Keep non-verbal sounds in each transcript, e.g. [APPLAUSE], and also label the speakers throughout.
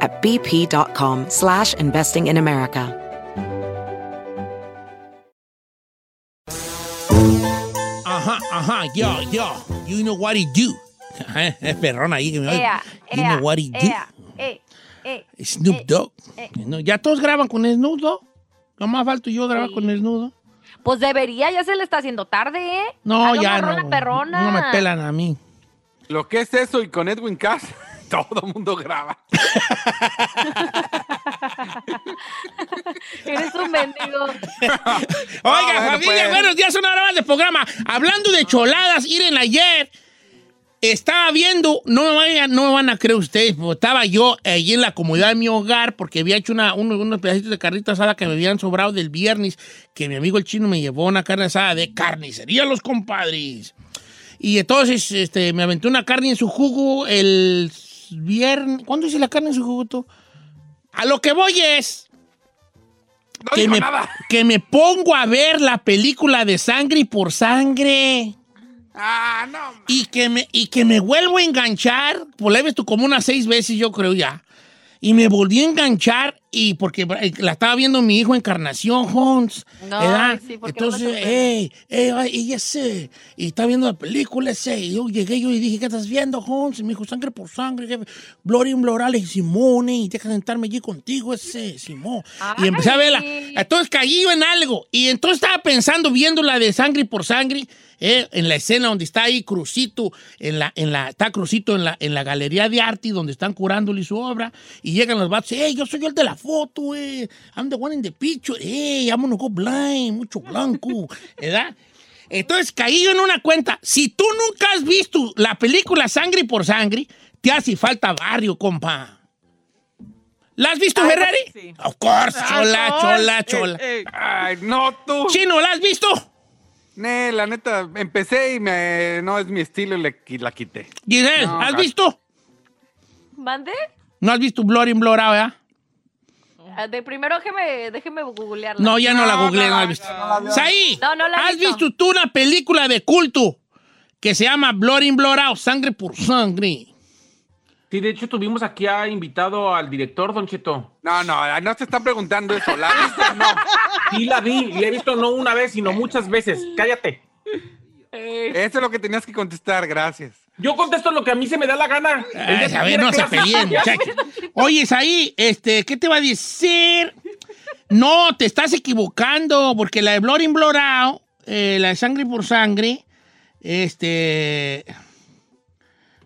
Speaker 1: at bp.com slash investing in America.
Speaker 2: Ajá, ajá, yo, yo. You know what he do. [LAUGHS] Ajá, Es perrón ahí que me oye.
Speaker 3: Ea,
Speaker 2: You
Speaker 3: ea,
Speaker 2: know what he do.
Speaker 3: ea, eh, eh.
Speaker 2: Snoop Dogg. No, ya todos graban con Snoop Dogg. Nomás falto yo grabar con Snoop Dogg.
Speaker 3: Pues debería, ya se le está haciendo tarde, ¿eh?
Speaker 2: No,
Speaker 3: Haga
Speaker 2: ya
Speaker 3: una
Speaker 2: no.
Speaker 3: rola perrona.
Speaker 2: No me pelan a mí.
Speaker 4: Lo que es eso y con Edwin Cass, [LAUGHS] todo mundo graba.
Speaker 3: Eres
Speaker 2: [LAUGHS]
Speaker 3: un mendigo.
Speaker 2: Oiga,
Speaker 4: bueno,
Speaker 2: familia,
Speaker 4: pues.
Speaker 2: buenos días, una hora más de programa. Hablando de choladas, Iren, ayer estaba viendo, no me, vayan- no me van a creer ustedes, pero estaba yo allí en la comodidad de mi hogar porque había hecho una- uno- unos pedacitos de carnita asada que me habían sobrado del viernes, que mi amigo el chino me llevó una carne asada de carnicería, los compadres. Y entonces este, me aventé una carne en su jugo el viernes. ¿Cuándo hice la carne en su jugo tú? A lo que voy es
Speaker 4: No
Speaker 2: que
Speaker 4: digo
Speaker 2: me,
Speaker 4: nada.
Speaker 2: que me pongo a ver la película de sangre y por sangre
Speaker 4: Ah, no. ma-
Speaker 2: y que me, y que me vuelvo a enganchar, pues la he visto como unas seis veces yo creo ya, y me volví a enganchar y porque eh, la estaba viendo mi hijo Encarnación Holmes,
Speaker 3: No,
Speaker 2: ¿verdad?
Speaker 3: sí, ¿por qué no me
Speaker 2: Entonces,
Speaker 3: sorprende?
Speaker 2: hey, hey, ay, y ese, y está viendo la película ese, y yo llegué yo y dije, ¿qué estás viendo Holmes? Y me dijo, sangre por sangre, jefe, Blorium Blorales y Simone, y deja sentarme allí contigo ese, Simón. Y empecé a verla.
Speaker 3: Ay.
Speaker 2: Entonces caí yo en algo. Y entonces estaba pensando, viendo la de sangre por sangre, eh, en la escena donde está ahí Crucito, en la, en la, está Crucito en la, en la galería de arte donde están curándole su obra. Y llegan los vatos, hey, yo soy el de la foto, eh. I'm the one in the picture, hey, I'm gonna go blind, mucho blanco, [LAUGHS] ¿verdad? Entonces caí yo en una cuenta. Si tú nunca has visto la película Sangre por Sangre, te hace falta barrio, compa. ¿La has visto, Ferrari?
Speaker 5: sí.
Speaker 2: Of course,
Speaker 4: Ah,
Speaker 2: chola, chola, chola.
Speaker 5: Eh, eh,
Speaker 4: Ay, no tú.
Speaker 2: Chino, ¿la has visto?
Speaker 4: Ne, la neta, empecé y me no es mi estilo y, le- y la quité.
Speaker 2: Giselle,
Speaker 4: No,
Speaker 2: ¿has
Speaker 4: gacho.
Speaker 2: visto?
Speaker 3: ¿Mande?
Speaker 2: No has visto Blur in Blur Out, ¿verdad?
Speaker 3: Ah, De primero déjeme, déjeme googlearla.
Speaker 2: No, ya no, la googleé, no, la
Speaker 4: no,
Speaker 2: has visto.
Speaker 4: no la veo.
Speaker 2: Saí,
Speaker 3: No, no la he
Speaker 2: ¿has
Speaker 3: visto.
Speaker 2: visto tú una película de culto que se llama Blur in Blur Out, Sangre por Sangre?
Speaker 6: Sí, de hecho tuvimos aquí a invitado al director, Don Cheto.
Speaker 4: No, no, no te están preguntando eso. ¿La [LAUGHS] viste o no?
Speaker 6: Sí la vi, y la he visto no una vez, sino muchas veces. Cállate.
Speaker 2: Eh.
Speaker 4: Eso es lo que tenías que contestar, gracias.
Speaker 6: Yo contesto lo que a mí se me da la gana.
Speaker 2: Ay, a ver, Eh, no se peleen, muchachos. Oye, ahí, este, ¿qué te va a decir? No, te estás equivocando, porque la de Blor in Blor Out, eh, la de Sangre por Sangre, este,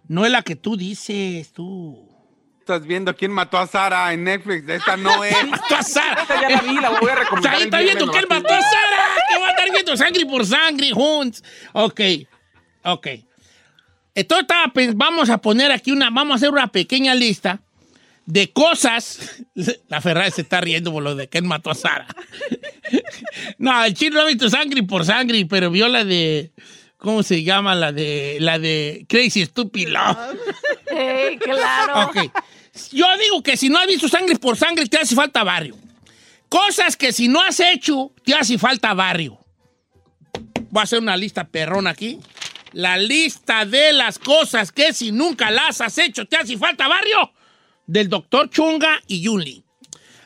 Speaker 2: no es la que tú dices, tú.
Speaker 4: Estás viendo quién mató a Sara en Netflix. Esta
Speaker 2: [LAUGHS]
Speaker 4: no es.
Speaker 2: ¡Mató a Sara!
Speaker 6: Esta ya la vi, la voy a recomendar.
Speaker 2: Ahí
Speaker 6: el
Speaker 2: está
Speaker 6: viernes
Speaker 2: viendo que él
Speaker 6: nomás.
Speaker 2: mató a Sara, que va a estar viendo Sangre por Sangre, Jones. Ok, ok. Entonces estaba pens- vamos a poner aquí una, vamos a hacer una pequeña lista de cosas. [LAUGHS] La Ferrari se está riendo por lo de que él mató a Sara. [LAUGHS] No, el chino no ha visto sangre por sangre, pero vio la de. ¿Cómo se llama? La de. La de Crazy Stupid Love.
Speaker 3: Sí, claro.
Speaker 2: Ok. Yo digo que si no has visto sangre por sangre, te hace falta barrio. Cosas que si no has hecho, te hace falta barrio. Voy a hacer una lista perrona aquí. La lista de las cosas que si nunca las has hecho, te hace falta barrio. Del doctor Chunga y Yuli.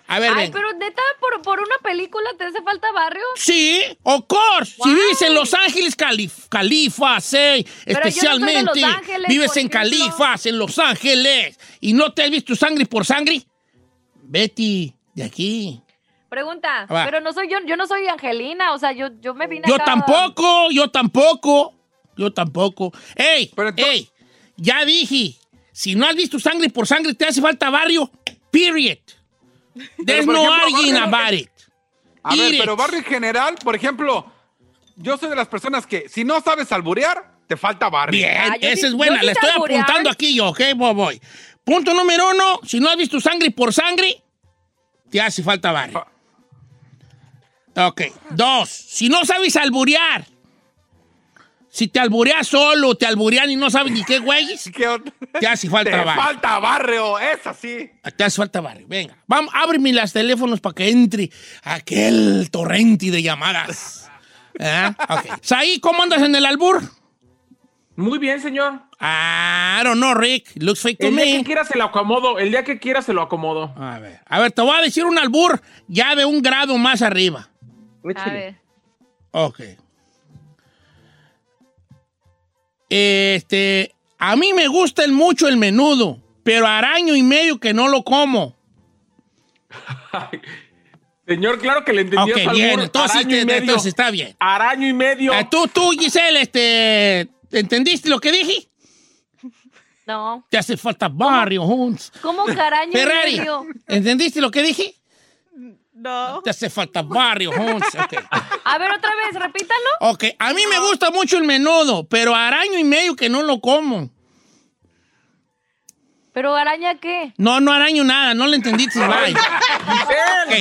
Speaker 2: A ver,
Speaker 3: Ay,
Speaker 2: venga.
Speaker 3: pero neta, por, por una película te hace falta barrio.
Speaker 2: Sí, of course. Si
Speaker 3: Why?
Speaker 2: vives en Los Ángeles, Calif- Califa, sí,
Speaker 3: yo no soy de
Speaker 2: especialmente.
Speaker 3: Los Ángeles,
Speaker 2: vives
Speaker 3: por
Speaker 2: en
Speaker 3: ejemplo.
Speaker 2: Califas, en Los Ángeles, y no te has visto sangre por sangre. Betty, de aquí.
Speaker 3: Pregunta,
Speaker 2: Va.
Speaker 3: pero no soy yo, yo no soy Angelina, o sea, yo, yo me vine
Speaker 2: Yo
Speaker 3: acá-
Speaker 2: tampoco, yo tampoco, yo tampoco. ¡Ey!
Speaker 4: Pero entonces-
Speaker 2: ¡Ey! Ya dije, si no has visto sangre por sangre, te hace falta barrio, period. There's
Speaker 4: por
Speaker 2: no
Speaker 4: ejemplo,
Speaker 2: arguing
Speaker 4: barrio- eh,
Speaker 2: about it.
Speaker 4: A
Speaker 2: Eat
Speaker 4: ver,
Speaker 2: it.
Speaker 4: pero barrio [LAUGHS] en general, por ejemplo, yo soy de las personas que si no sabes alburear, te falta barrio.
Speaker 2: Bien,
Speaker 3: Ah, yo
Speaker 2: esa
Speaker 3: sí-
Speaker 2: es buena.
Speaker 3: yo sí
Speaker 2: Le
Speaker 3: sé
Speaker 2: estoy
Speaker 3: alburear. ¿eh?
Speaker 2: apuntando aquí yo, ¿ok? Voy, voy. Punto número uno, si no has visto sangre por sangre, te hace falta barrio. Ok. Dos, si no sabes alburear, si te albureas solo, te alburean y no sabes ni qué güeyes,
Speaker 4: [LAUGHS] ¿Qué onda?
Speaker 2: te hace falta
Speaker 4: Te
Speaker 2: barrio. Ah,
Speaker 4: falta barrio, es así.
Speaker 2: Te hace falta barrio. Venga, vamos, ábreme los teléfonos para que entre aquel torrente
Speaker 4: [LAUGHS]
Speaker 2: de llamadas. ¿Ah? Ok. Saí, ¿cómo andas en el albur?
Speaker 6: Muy bien, señor.
Speaker 2: I don't know, Rick. Looks fake to
Speaker 6: El día
Speaker 2: me.
Speaker 6: que quiera se lo acomodo. El día que quiera se lo acomodo.
Speaker 2: A ver, a ver, te voy a decir un albur ya de un grado más arriba.
Speaker 3: A ver.
Speaker 2: Ok. Este, a mí me gusta el mucho el menudo, pero araño y medio que no lo como.
Speaker 6: Señor, claro que le entendió
Speaker 2: Ok,
Speaker 6: su albur.
Speaker 2: bien, entonces,
Speaker 6: Araño y
Speaker 2: este,
Speaker 6: medio.
Speaker 2: entonces está bien.
Speaker 6: Araño y medio.
Speaker 2: Eh, Tú, tú, Giselle, este, ¿entendiste lo que dije?
Speaker 3: No.
Speaker 2: Te hace falta barrio, Hunts.
Speaker 3: ¿Cómo caraño? y
Speaker 2: Ferrari,
Speaker 3: medio?
Speaker 2: ¿entendiste lo que dije?
Speaker 5: No.
Speaker 2: Te hace falta barrio, Hunts. Ok.
Speaker 3: [LAUGHS] A ver, otra vez, repítalo.
Speaker 2: Ok, a mí me gusta mucho el menudo, pero araño y medio que no lo como.
Speaker 3: Pero araña qué?
Speaker 2: No, no araño nada, no le entendiste. bye.
Speaker 6: Giselle,
Speaker 2: Ok.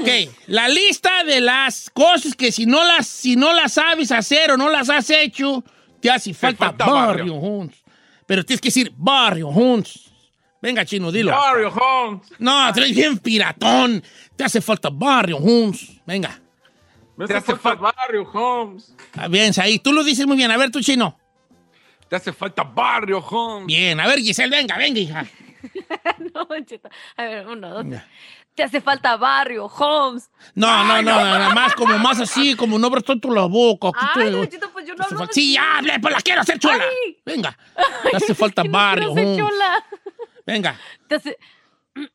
Speaker 6: Giselle.
Speaker 2: Ok, la lista de las cosas que si no las, si no las sabes hacer o no las has hecho, te hace falta,
Speaker 4: falta
Speaker 2: barrio,
Speaker 4: barrio.
Speaker 2: Jones. Pero tienes que decir barrio, Jones. Venga, chino, dilo.
Speaker 6: Mario Holmes.
Speaker 2: No, tú eres bien piratón. Te hace falta barrio, Jones. Venga,
Speaker 6: Me
Speaker 4: Te
Speaker 6: hace
Speaker 4: hace
Speaker 6: falta Mario Holmes.
Speaker 2: Ah, bien, ahí. Tú lo dices muy bien. A ver, tú, chino.
Speaker 4: Te hace falta barrio, Holmes.
Speaker 2: Bien, a ver, Giselle, venga, venga, hija.
Speaker 3: No, Don Cheto. A ver, uno, dos. Te hace falta barrio, Holmes.
Speaker 2: No, no, no, nada más como más así, como no abras tanto la boca. aquí
Speaker 3: Ay,
Speaker 2: te-
Speaker 3: Don Cheto, pues yo no
Speaker 2: Hace
Speaker 3: hablo
Speaker 2: falta- Sí, hable, pues la quiero hacer chola.
Speaker 3: [LAUGHS] Ay.
Speaker 2: Venga. Te hace falta
Speaker 3: que no
Speaker 2: barrio.
Speaker 3: quiero ser
Speaker 2: Holmes.
Speaker 3: chola.
Speaker 2: Venga.
Speaker 3: Te hace...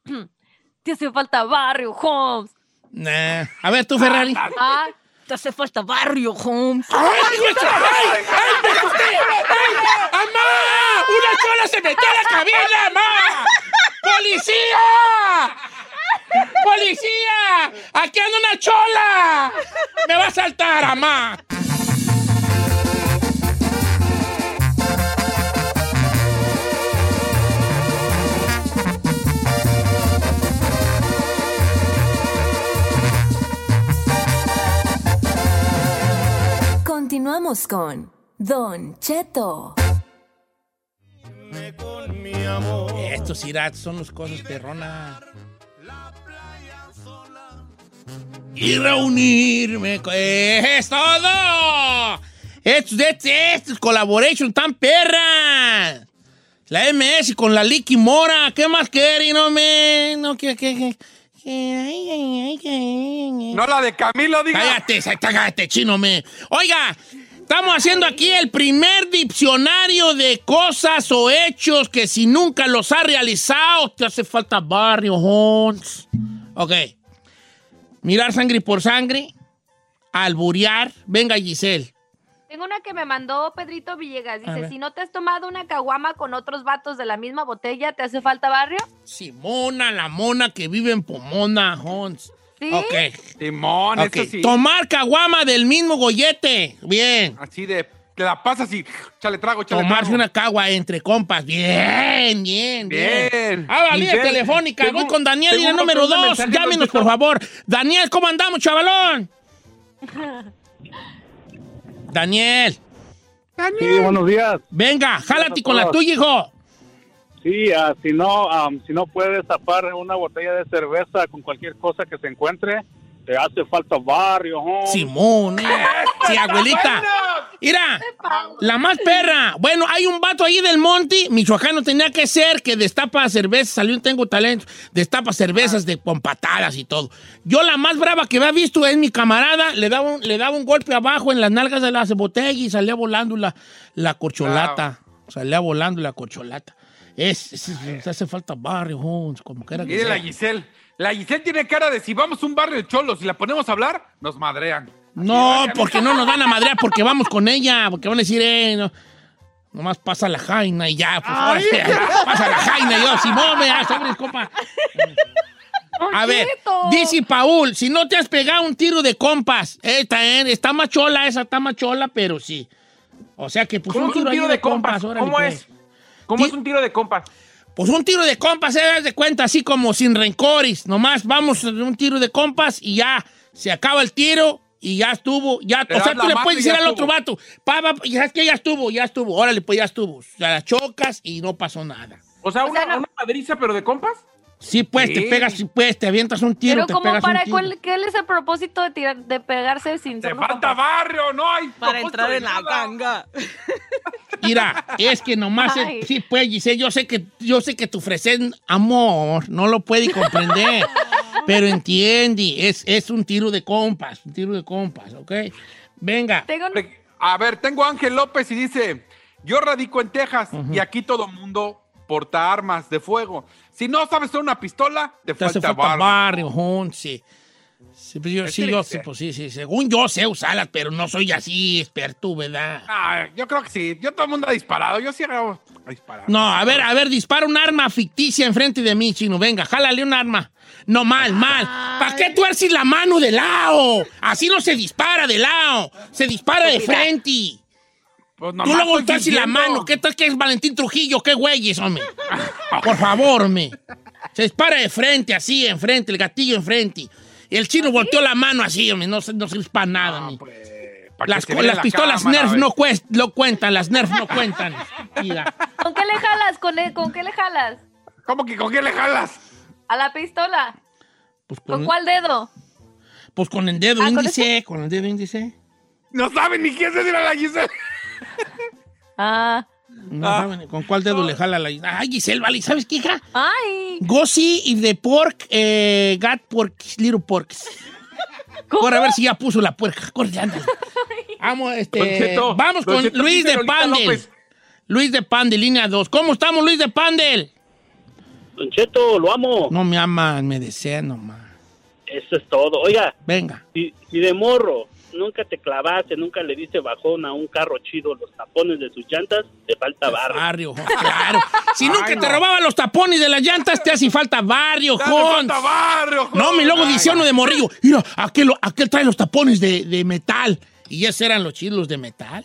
Speaker 3: [CLEARS THROAT] te hace falta barrio, Holmes.
Speaker 2: Nah. A ver, tú, Ferrari.
Speaker 3: Ah,
Speaker 5: Te hace falta barrio, Holmes.
Speaker 2: ¡Ay, güey! ¡Ay! ¡Ay, me gasté! ¡Ay! ¡Amá! ¡Una chola se metió a la cabina, amá! ¡Policía! ¡Policía! ¡Aquí anda una chola! ¡Me va a saltar, amá!
Speaker 7: Continuamos con Don Cheto.
Speaker 2: Estos irats son las cosas perronas. Y reunirme con... ¡Es todo! Estos, estos, estos collaboration tan perras. La MS con la Licky Mora. ¿Qué más quiere? No me... No, que... que, que- que- ay, ay, ay, ay, ay.
Speaker 4: No la de Camilo, diga.
Speaker 2: Cállate, sa- cállate, chino, me. Oiga, estamos haciendo aquí el primer diccionario de cosas o hechos que si nunca los ha realizado, te hace falta barrio, Hons. Ok. Mirar sangre por sangre. Alburear. Venga, Giselle.
Speaker 3: Tengo una que me mandó Pedrito Villegas.
Speaker 2: A ver.
Speaker 3: Dice, si no te has tomado una caguama con otros vatos de la misma botella, ¿te hace falta barrio?
Speaker 2: Simona, la mona que vive en Pomona, Hons.
Speaker 3: ¿Sí?
Speaker 2: Ok.
Speaker 4: Simón,
Speaker 2: ok.
Speaker 4: eso sí.
Speaker 2: Tomar caguama del mismo gollete. Bien.
Speaker 4: Así de, te la pasas y chale trago, chale
Speaker 2: Tomarse
Speaker 4: trago.
Speaker 2: una cagua entre compas. Bien, bien, bien.
Speaker 4: Bien.
Speaker 2: Ah, la línea
Speaker 6: Giselle,
Speaker 2: telefónica.
Speaker 6: tengo-
Speaker 2: Voy con Daniel,
Speaker 6: tengo
Speaker 2: línea
Speaker 6: un
Speaker 2: número
Speaker 6: montón de
Speaker 2: dos.
Speaker 6: mensajes,
Speaker 2: Llámenos,
Speaker 6: don Cheto.
Speaker 2: por favor. Daniel, ¿cómo andamos, chavalón? Daniel,
Speaker 8: Sí, buenos días.
Speaker 2: venga, jálate con la
Speaker 8: Hola.
Speaker 2: tuya, hijo.
Speaker 8: Sí, ah, si no am, si no puedes tapar una botella de cerveza con cualquier cosa que se encuentre, te hace falta barrio, home.
Speaker 2: Simón, eh. sí, abuelita. Mira, la más perra. Bueno, hay un vato ahí del Monte, michoacano tenía que ser, que destapa cervezas, salió un Tengo Talento, destapa cervezas de con patadas y todo. Yo la más brava que había visto es mi camarada, le daba un, le daba un golpe abajo en las nalgas de la botella y salía volando la, la corcholata. Salía volando la corcholata. Es, es- es- hace falta barrio, Jones, como que era que
Speaker 4: Mire la
Speaker 2: sea.
Speaker 4: Giselle. La Giselle tiene cara de si vamos a un barrio de cholos y la ponemos a hablar, nos madrean.
Speaker 2: No, porque no nos
Speaker 4: [LAUGHS]
Speaker 2: van a madrear porque vamos con ella, porque van a decir, eh, no, nomás pasa la jaina y ya, pues ahora sí, pasa la jaina y yo, si no me ah, sobres, compa. A ver,
Speaker 3: Cheto.
Speaker 2: dice Paul, si no te has pegado un tiro de compas, eh, está, eh, está machola, esa está machola, pero sí. O sea que pues
Speaker 6: ¿Cómo
Speaker 2: un
Speaker 6: es un
Speaker 2: tiro,
Speaker 6: tiro
Speaker 2: ahí
Speaker 6: de compas?
Speaker 2: órale,
Speaker 6: ¿Cómo
Speaker 2: pues.
Speaker 6: es? ¿Cómo
Speaker 2: Ti-
Speaker 6: es un tiro de compas?
Speaker 2: Pues un tiro de compas, se das de cuenta, así como sin rencores. Nomás vamos a un tiro de compas y ya se acaba el tiro y ya estuvo. Ya,
Speaker 4: Te
Speaker 2: o sea,
Speaker 4: das la
Speaker 2: tú le
Speaker 4: mano
Speaker 2: puedes
Speaker 4: y
Speaker 2: decir
Speaker 4: ya
Speaker 2: al otro
Speaker 4: estuvo.
Speaker 2: vato, pa, pa, pa, ya, es que ya estuvo, ya estuvo. Órale, pues ya estuvo. O sea, la chocas y no pasó nada.
Speaker 6: O sea,
Speaker 3: O sea,
Speaker 6: una,
Speaker 3: no-
Speaker 6: una madriza, pero de compas.
Speaker 2: Sí, pues, te
Speaker 4: Sí.
Speaker 2: pegas, sí, pues, te avientas un tiro,
Speaker 3: Pero
Speaker 2: te
Speaker 3: como
Speaker 2: pegas
Speaker 3: para
Speaker 2: un tiro.
Speaker 3: cuál, ¿qué es el propósito de tirar, de pegarse sin
Speaker 4: Te
Speaker 3: ser
Speaker 4: falta barrio, no hay.
Speaker 5: Para
Speaker 4: propósito
Speaker 5: entrar
Speaker 4: de
Speaker 5: en la
Speaker 4: nada.
Speaker 5: ganga.
Speaker 2: Mira, es que nomás, el-
Speaker 3: Ay.
Speaker 2: sí, pues, Giselle, yo sé que, yo sé que te ofrecen amor, no lo puede comprender, pero entiende, es, es un tiro de compas, un tiro de compas, ¿ok? Venga,
Speaker 3: Tengo un-
Speaker 4: Re- A ver, tengo a Ángel López y dice, yo radico en Texas y aquí todo mundo porta armas de fuego. Si no sabes usar una pistola, te,
Speaker 2: te hace
Speaker 4: falta,
Speaker 2: falta
Speaker 4: barrio.
Speaker 2: barrio, jun, sí. Sí, pues, yo,
Speaker 4: Es
Speaker 2: sí, yo,
Speaker 4: triste.
Speaker 2: sí, pues, sí, sí, según yo sé usarlas, pero no soy así experto, ¿verdad?
Speaker 4: Ah, yo creo que sí. Yo todo el mundo ha disparado. Yo sí hago a disparar.
Speaker 2: No, a ver, a ver, dispara un arma ficticia enfrente de mí, chino. Venga, jálale un arma. No, mal, mal. ¿Para qué tuerces la mano de lado? Así no se dispara de lado. Se dispara de frente.
Speaker 4: Pues
Speaker 2: Tú
Speaker 4: nomás
Speaker 2: luego
Speaker 4: estoy
Speaker 2: tuerces la
Speaker 4: diciendo.
Speaker 2: mano. ¿Qué tal que es Valentín Trujillo? ¿Qué güeyes, hombre? Por favor, hombre. Se dispara de frente, así, enfrente, el gatillo enfrente. Y el
Speaker 3: ¿Ah,
Speaker 2: chino volteó la mano así, hombre. No, se- no sirve para nada,
Speaker 4: Ah,
Speaker 2: hombre.
Speaker 4: pues, para que
Speaker 2: Las,
Speaker 4: se
Speaker 2: co-
Speaker 4: vea
Speaker 2: las
Speaker 4: la
Speaker 2: pistolas
Speaker 4: cámara,
Speaker 2: Nerf
Speaker 4: a ver.
Speaker 2: no, cuest- no cuentan, las Nerf no
Speaker 4: [LAUGHS]
Speaker 2: cuentan. Mira.
Speaker 3: ¿Con qué le jalas? ¿Con, e- ¿Con qué le jalas?
Speaker 4: ¿Cómo que con qué le jalas?
Speaker 3: ¿A la pistola?
Speaker 2: Pues
Speaker 3: ¿Con
Speaker 2: con-
Speaker 3: cuál dedo?
Speaker 2: Pues con el dedo
Speaker 3: Ah, ¿con
Speaker 2: índice, ¿con, el dedo índice.
Speaker 4: No saben ni quién se dirá la Giselle.
Speaker 3: Ah.
Speaker 2: No saben ¿Con cuál
Speaker 3: Oh.
Speaker 2: dedo le jala la Ay, Giselle, vale, ¿sabes qué, hija?
Speaker 3: ¡Ay!
Speaker 2: Gossi if the pork, eh, gat porks, little porks.
Speaker 3: ¿Cómo?
Speaker 2: Corre a ver si ya puso la puerca. Corre, ándale. Vamos,
Speaker 6: Don
Speaker 2: este,
Speaker 3: Eh,
Speaker 6: Cheto,
Speaker 2: vamos
Speaker 6: Don
Speaker 2: con
Speaker 6: Cheto,
Speaker 2: Luis
Speaker 6: dice
Speaker 2: de
Speaker 6: Lolita
Speaker 2: Pandel.
Speaker 6: López.
Speaker 2: Luis de Pandel, línea 2. ¿Cómo estamos, Luis de Pandel?
Speaker 8: Don Cheto, lo amo.
Speaker 2: No me aman, me desean nomás.
Speaker 8: Eso es todo. Oiga,
Speaker 2: Venga.
Speaker 8: si, si de morro nunca te clavaste, nunca le diste bajón a un carro chido, los tapones de sus llantas, te falta barro.
Speaker 2: Barrio, jo-
Speaker 8: [LAUGHS]
Speaker 2: claro. Si nunca
Speaker 6: Ay,
Speaker 2: te
Speaker 6: no.
Speaker 2: robaban los tapones de las llantas, te hace falta barrio,
Speaker 4: Te hace
Speaker 2: Jons.
Speaker 4: falta barrio,
Speaker 2: No, mi logo
Speaker 4: Ay,
Speaker 2: dice uno de morrillo. Mira, aquel, aquel trae los tapones de, de metal. Y esos eran los chilos de metal.